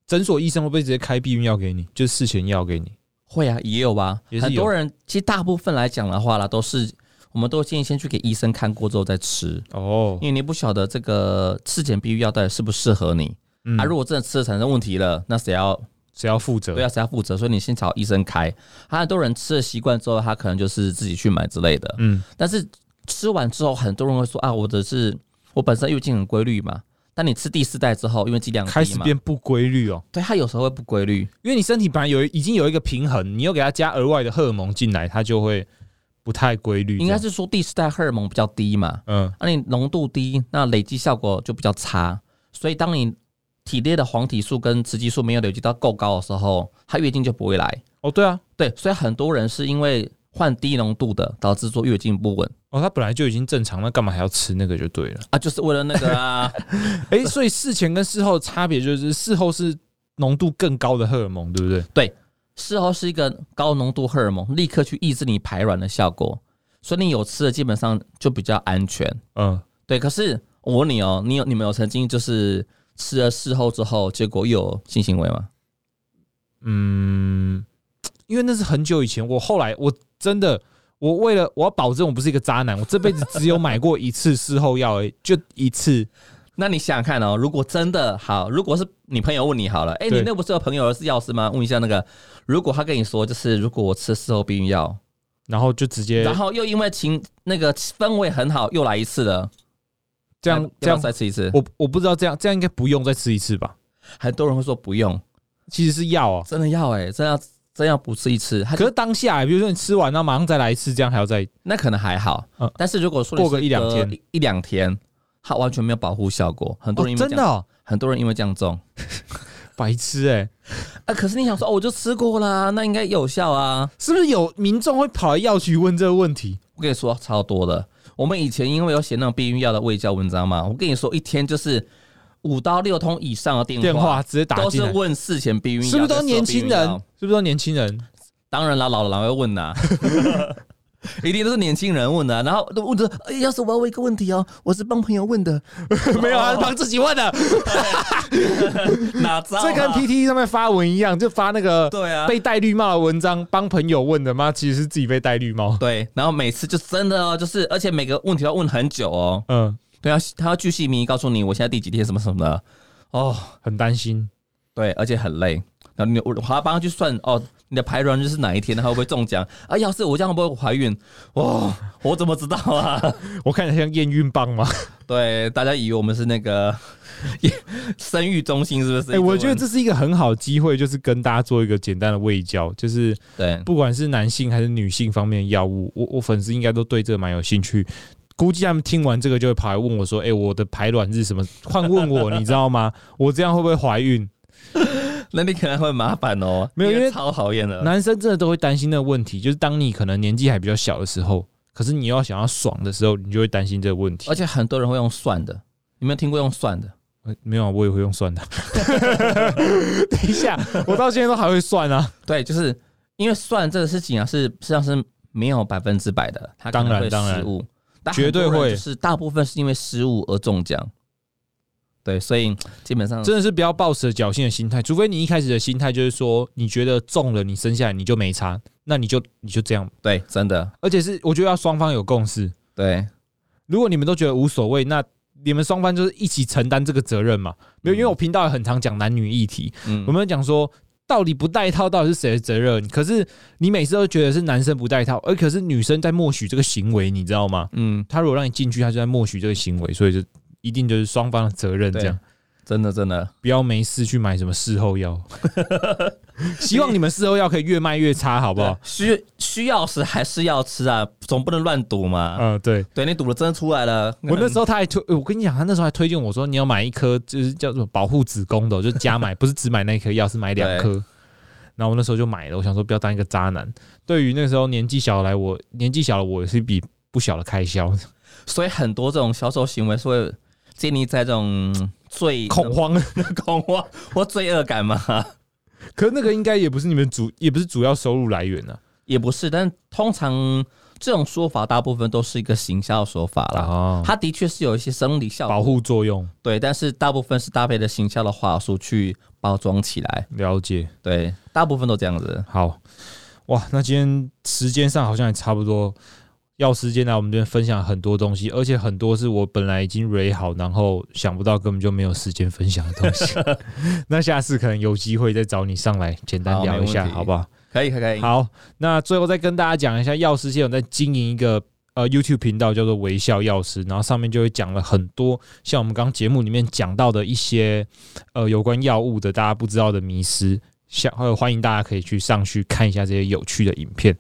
[SPEAKER 1] 诊所医生会不会直接开避孕药给你，就是事前药给你？
[SPEAKER 2] 会啊，也有吧。
[SPEAKER 1] 也是有
[SPEAKER 2] 很多人其实大部分来讲的话啦，都是我们都建议先去给医生看过之后再吃，
[SPEAKER 1] 哦
[SPEAKER 2] 因，为你不晓得这个事前避孕药到底适不适合你。
[SPEAKER 1] 嗯
[SPEAKER 2] 啊，如果真的吃了产生问题了，那谁要
[SPEAKER 1] 谁要负责？
[SPEAKER 2] 对啊谁要负责？所以你先找医生开。啊很多人吃了习惯之后，他可能就是自己去买之类的。
[SPEAKER 1] 嗯，
[SPEAKER 2] 但是吃完之后，很多人会说啊，我的是我本身月经很规律嘛。但你吃第四代之后，因为剂量低
[SPEAKER 1] 开始
[SPEAKER 2] 嘛，
[SPEAKER 1] 变不规律哦，
[SPEAKER 2] 对它有时候会不规律。
[SPEAKER 1] 因为你身体本来有已经有一个平衡，你又给它加额外的荷尔蒙进来，它就会不太规律。
[SPEAKER 2] 应该
[SPEAKER 1] 这样，
[SPEAKER 2] 是说第四代荷尔蒙比较低嘛，
[SPEAKER 1] 嗯，
[SPEAKER 2] 那、你浓度低，那累积效果就比较差。所以当你体内的黄体素跟雌激素没有累积到够高的时候，它月经就不会来。
[SPEAKER 1] 哦，对啊，
[SPEAKER 2] 对，所以很多人是因为换低浓度的，导致说月经不稳
[SPEAKER 1] 哦，它本来就已经正常，那干嘛还要吃那个就对了。
[SPEAKER 2] 啊，就是为了那个啊，
[SPEAKER 1] 哎、所以事前跟事后差别就是事后是浓度更高的荷尔蒙，对不对？
[SPEAKER 2] 事后是一个高浓度荷尔蒙，立刻去抑制你排卵的效果，所以你有吃的基本上就比较安全。
[SPEAKER 1] 嗯，
[SPEAKER 2] 对，可是我问你哦，你有你们有曾经就是吃了事后之后，结果又有性行为吗？
[SPEAKER 1] 嗯，因为那是很久以前，我后来我真的，我为了我要保证我不是一个渣男，我这辈子只有买过一次事后药，而已，就一次。
[SPEAKER 2] 那你想想看哦，如果真的好，如果是你朋友问你好了，哎，
[SPEAKER 1] 对
[SPEAKER 2] 你那不是有朋友是药师吗？问一下那个，如果他跟你说，就是如果我吃事后避孕药，
[SPEAKER 1] 然后就直接
[SPEAKER 2] 然后又因为情那个氛围很好，又来一次了。
[SPEAKER 1] 这
[SPEAKER 2] 要
[SPEAKER 1] 样
[SPEAKER 2] 不
[SPEAKER 1] 这
[SPEAKER 2] 要
[SPEAKER 1] 样，
[SPEAKER 2] 再吃一次，
[SPEAKER 1] 我我不知道这样这样应该不用再吃一次吧？
[SPEAKER 2] 很多人会说不用，
[SPEAKER 1] 其实是要啊，
[SPEAKER 2] 真的要哎、真要真要不吃一次，他
[SPEAKER 1] 可是当下、比如说你吃完，然后马上再来一次，这样还要再
[SPEAKER 2] 那可能还好。
[SPEAKER 1] 嗯
[SPEAKER 2] 但是如果说你
[SPEAKER 1] 过个
[SPEAKER 2] 是
[SPEAKER 1] 一两天
[SPEAKER 2] 隔一两天，它完全没有保护效果，很多人因为这
[SPEAKER 1] 真
[SPEAKER 2] 样
[SPEAKER 1] 的、哦、
[SPEAKER 2] 很多人因为这样中
[SPEAKER 1] 白痴哎、
[SPEAKER 2] 啊。可是你想说哦，我就吃过啦，那应该有效啊。
[SPEAKER 1] 是不是有民众会跑来药局问这个问题？
[SPEAKER 2] 我跟你说超多的，我们以前因为有写那种避孕药的卫教文章嘛，我跟你说一天就是五到六通以上的电话，
[SPEAKER 1] 电话直接打
[SPEAKER 2] 都
[SPEAKER 1] 进
[SPEAKER 2] 是
[SPEAKER 1] 来，
[SPEAKER 2] 问事前避孕药，
[SPEAKER 1] 是不是都年轻
[SPEAKER 2] 在
[SPEAKER 1] 人
[SPEAKER 2] 说避孕药？
[SPEAKER 1] 是不是都年轻人？
[SPEAKER 2] 当然啦，老了还会 问呐、一定都是年轻人问的、然后都问着、哎要是我要问一个问题哦，我是帮朋友问的，
[SPEAKER 1] 没有，啊他是帮自己问的。
[SPEAKER 2] 哪招、啊？
[SPEAKER 1] 这跟 PTT 上面发文一样，就发那个
[SPEAKER 2] 对啊，
[SPEAKER 1] 被戴绿帽的文章，帮朋友问的妈，其实是自己被戴绿帽。
[SPEAKER 2] 对，然后每次就真的哦，就是而且每个问题都要问很久哦，
[SPEAKER 1] 嗯，
[SPEAKER 2] 对啊，他要巨细靡遗告诉你我现在第几天什么什么的，哦，
[SPEAKER 1] 很担心。
[SPEAKER 2] 对，而且很累，然后你我还要帮他去算哦。你的排卵日是哪一天？他会不会中奖？啊，要是我这样会不会怀孕？哇、我怎么知道啊？
[SPEAKER 1] 我看起来像验孕棒吗？
[SPEAKER 2] 对，大家以为我们是那个 生育中心，是不是？
[SPEAKER 1] 哎、我觉得这是一个很好的机会，就是跟大家做一个简单的卫教，就是
[SPEAKER 2] 对，
[SPEAKER 1] 不管是男性还是女性方面的药物，我我粉丝应该都对这个蛮有兴趣。估计他们听完这个就会跑来问我说：“哎、我的排卵日什么？换问我，你知道吗？我这样会不会怀孕？”
[SPEAKER 2] 那你可能会麻烦哦，
[SPEAKER 1] 没有因为
[SPEAKER 2] 超讨厌的。
[SPEAKER 1] 男生真的都会担心那个问题，就是当你可能年纪还比较小的时候，可是你又要想要爽的时候，你就会担心这个问题。
[SPEAKER 2] 而且很多人会用算的，你没有听过用算的？
[SPEAKER 1] 呃没有啊，我也会用算 的。等一下，我到现在都还会算啊。
[SPEAKER 2] 对，就是因为算这个事情啊，是实际上是没有百分之百的，他可能会
[SPEAKER 1] 当然
[SPEAKER 2] 失误，但
[SPEAKER 1] 绝对
[SPEAKER 2] 很多
[SPEAKER 1] 会
[SPEAKER 2] 人就是大部分是因为失误而中奖。对，所以基本上
[SPEAKER 1] 真的是不要抱持侥幸的心态，除非你一开始的心态就是说，你觉得中了你生下来你就没差，那你就你就这样。
[SPEAKER 2] 对，真的
[SPEAKER 1] 而且是我觉得要双方有共识，
[SPEAKER 2] 对，
[SPEAKER 1] 如果你们都觉得无所谓，那你们双方就是一起承担这个责任嘛。没有，因为我频道也很常讲男女议题，
[SPEAKER 2] 嗯
[SPEAKER 1] 我，们讲说，到底不戴套到底是谁的责任？可是你每次都觉得是男生不戴套，而可是女生在默许这个行为，你知道吗？
[SPEAKER 2] 嗯，
[SPEAKER 1] 他如果让你进去，他就在默许这个行为，所以就一定就是双方的责任这
[SPEAKER 2] 对
[SPEAKER 1] 样。，
[SPEAKER 2] 真的真的，
[SPEAKER 1] 不要没事去买什么事后 药，希望你们事后药可以越卖越差，好不好
[SPEAKER 2] 对？需需要时还是要吃啊，总不能乱赌嘛。
[SPEAKER 1] 嗯，对
[SPEAKER 2] 对你赌了真的出来了，
[SPEAKER 1] 我那时
[SPEAKER 2] 候
[SPEAKER 1] 候他还推，呃我跟你讲，他那时候还推荐我说，你要买一颗就是叫做保护子宫的哦，就加买， 不是只买那一颗药，是买两颗。然后我那时候就买了，我想说不要当一个渣男。对于那时候年纪小来我，年纪小了我也是一笔不小的开销，
[SPEAKER 2] 所以很多这种销售行为是会建立在这种嗯罪
[SPEAKER 1] 恐慌。
[SPEAKER 2] 恐慌或罪恶感嘛，
[SPEAKER 1] 可是那个应该也不是你们主，也不是主要收入来源啊。
[SPEAKER 2] 也不是，但通常这种说法大部分都是一个行销说法啦。
[SPEAKER 1] 啊，
[SPEAKER 2] 它的确是有一些生理效
[SPEAKER 1] 保
[SPEAKER 2] 果，
[SPEAKER 1] 护作用，
[SPEAKER 2] 对，但是大部分是搭配的行销的话术去包装起来，
[SPEAKER 1] 了解。
[SPEAKER 2] 对，大部分都这样子。
[SPEAKER 1] 好，哇，那今天时间上好像也差不多，要时间来我们这边分享很多东西，而且很多是我本来已经 r 好，然后想不到根本就没有时间分享的东 西。那下次可能有机会再找你上来简单
[SPEAKER 2] 好没
[SPEAKER 1] 聊一
[SPEAKER 2] 问
[SPEAKER 1] 下，
[SPEAKER 2] 题
[SPEAKER 1] 好不好？
[SPEAKER 2] 可以，可以，可以。
[SPEAKER 1] 好，那最后再跟大家讲一下，药师系统在经营一个呃 YouTube 频道，叫做微笑药师，然后上面就会讲了很多像我们刚节目里面讲到的一些呃有关药物的大家不知道的迷失，像还有欢迎大家可以去上去看一下这些有趣的影片。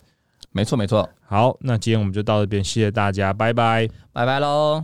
[SPEAKER 2] 没错，没错，
[SPEAKER 1] 好，那今天我们就到这边，谢谢大家，拜拜。
[SPEAKER 2] 拜拜喽。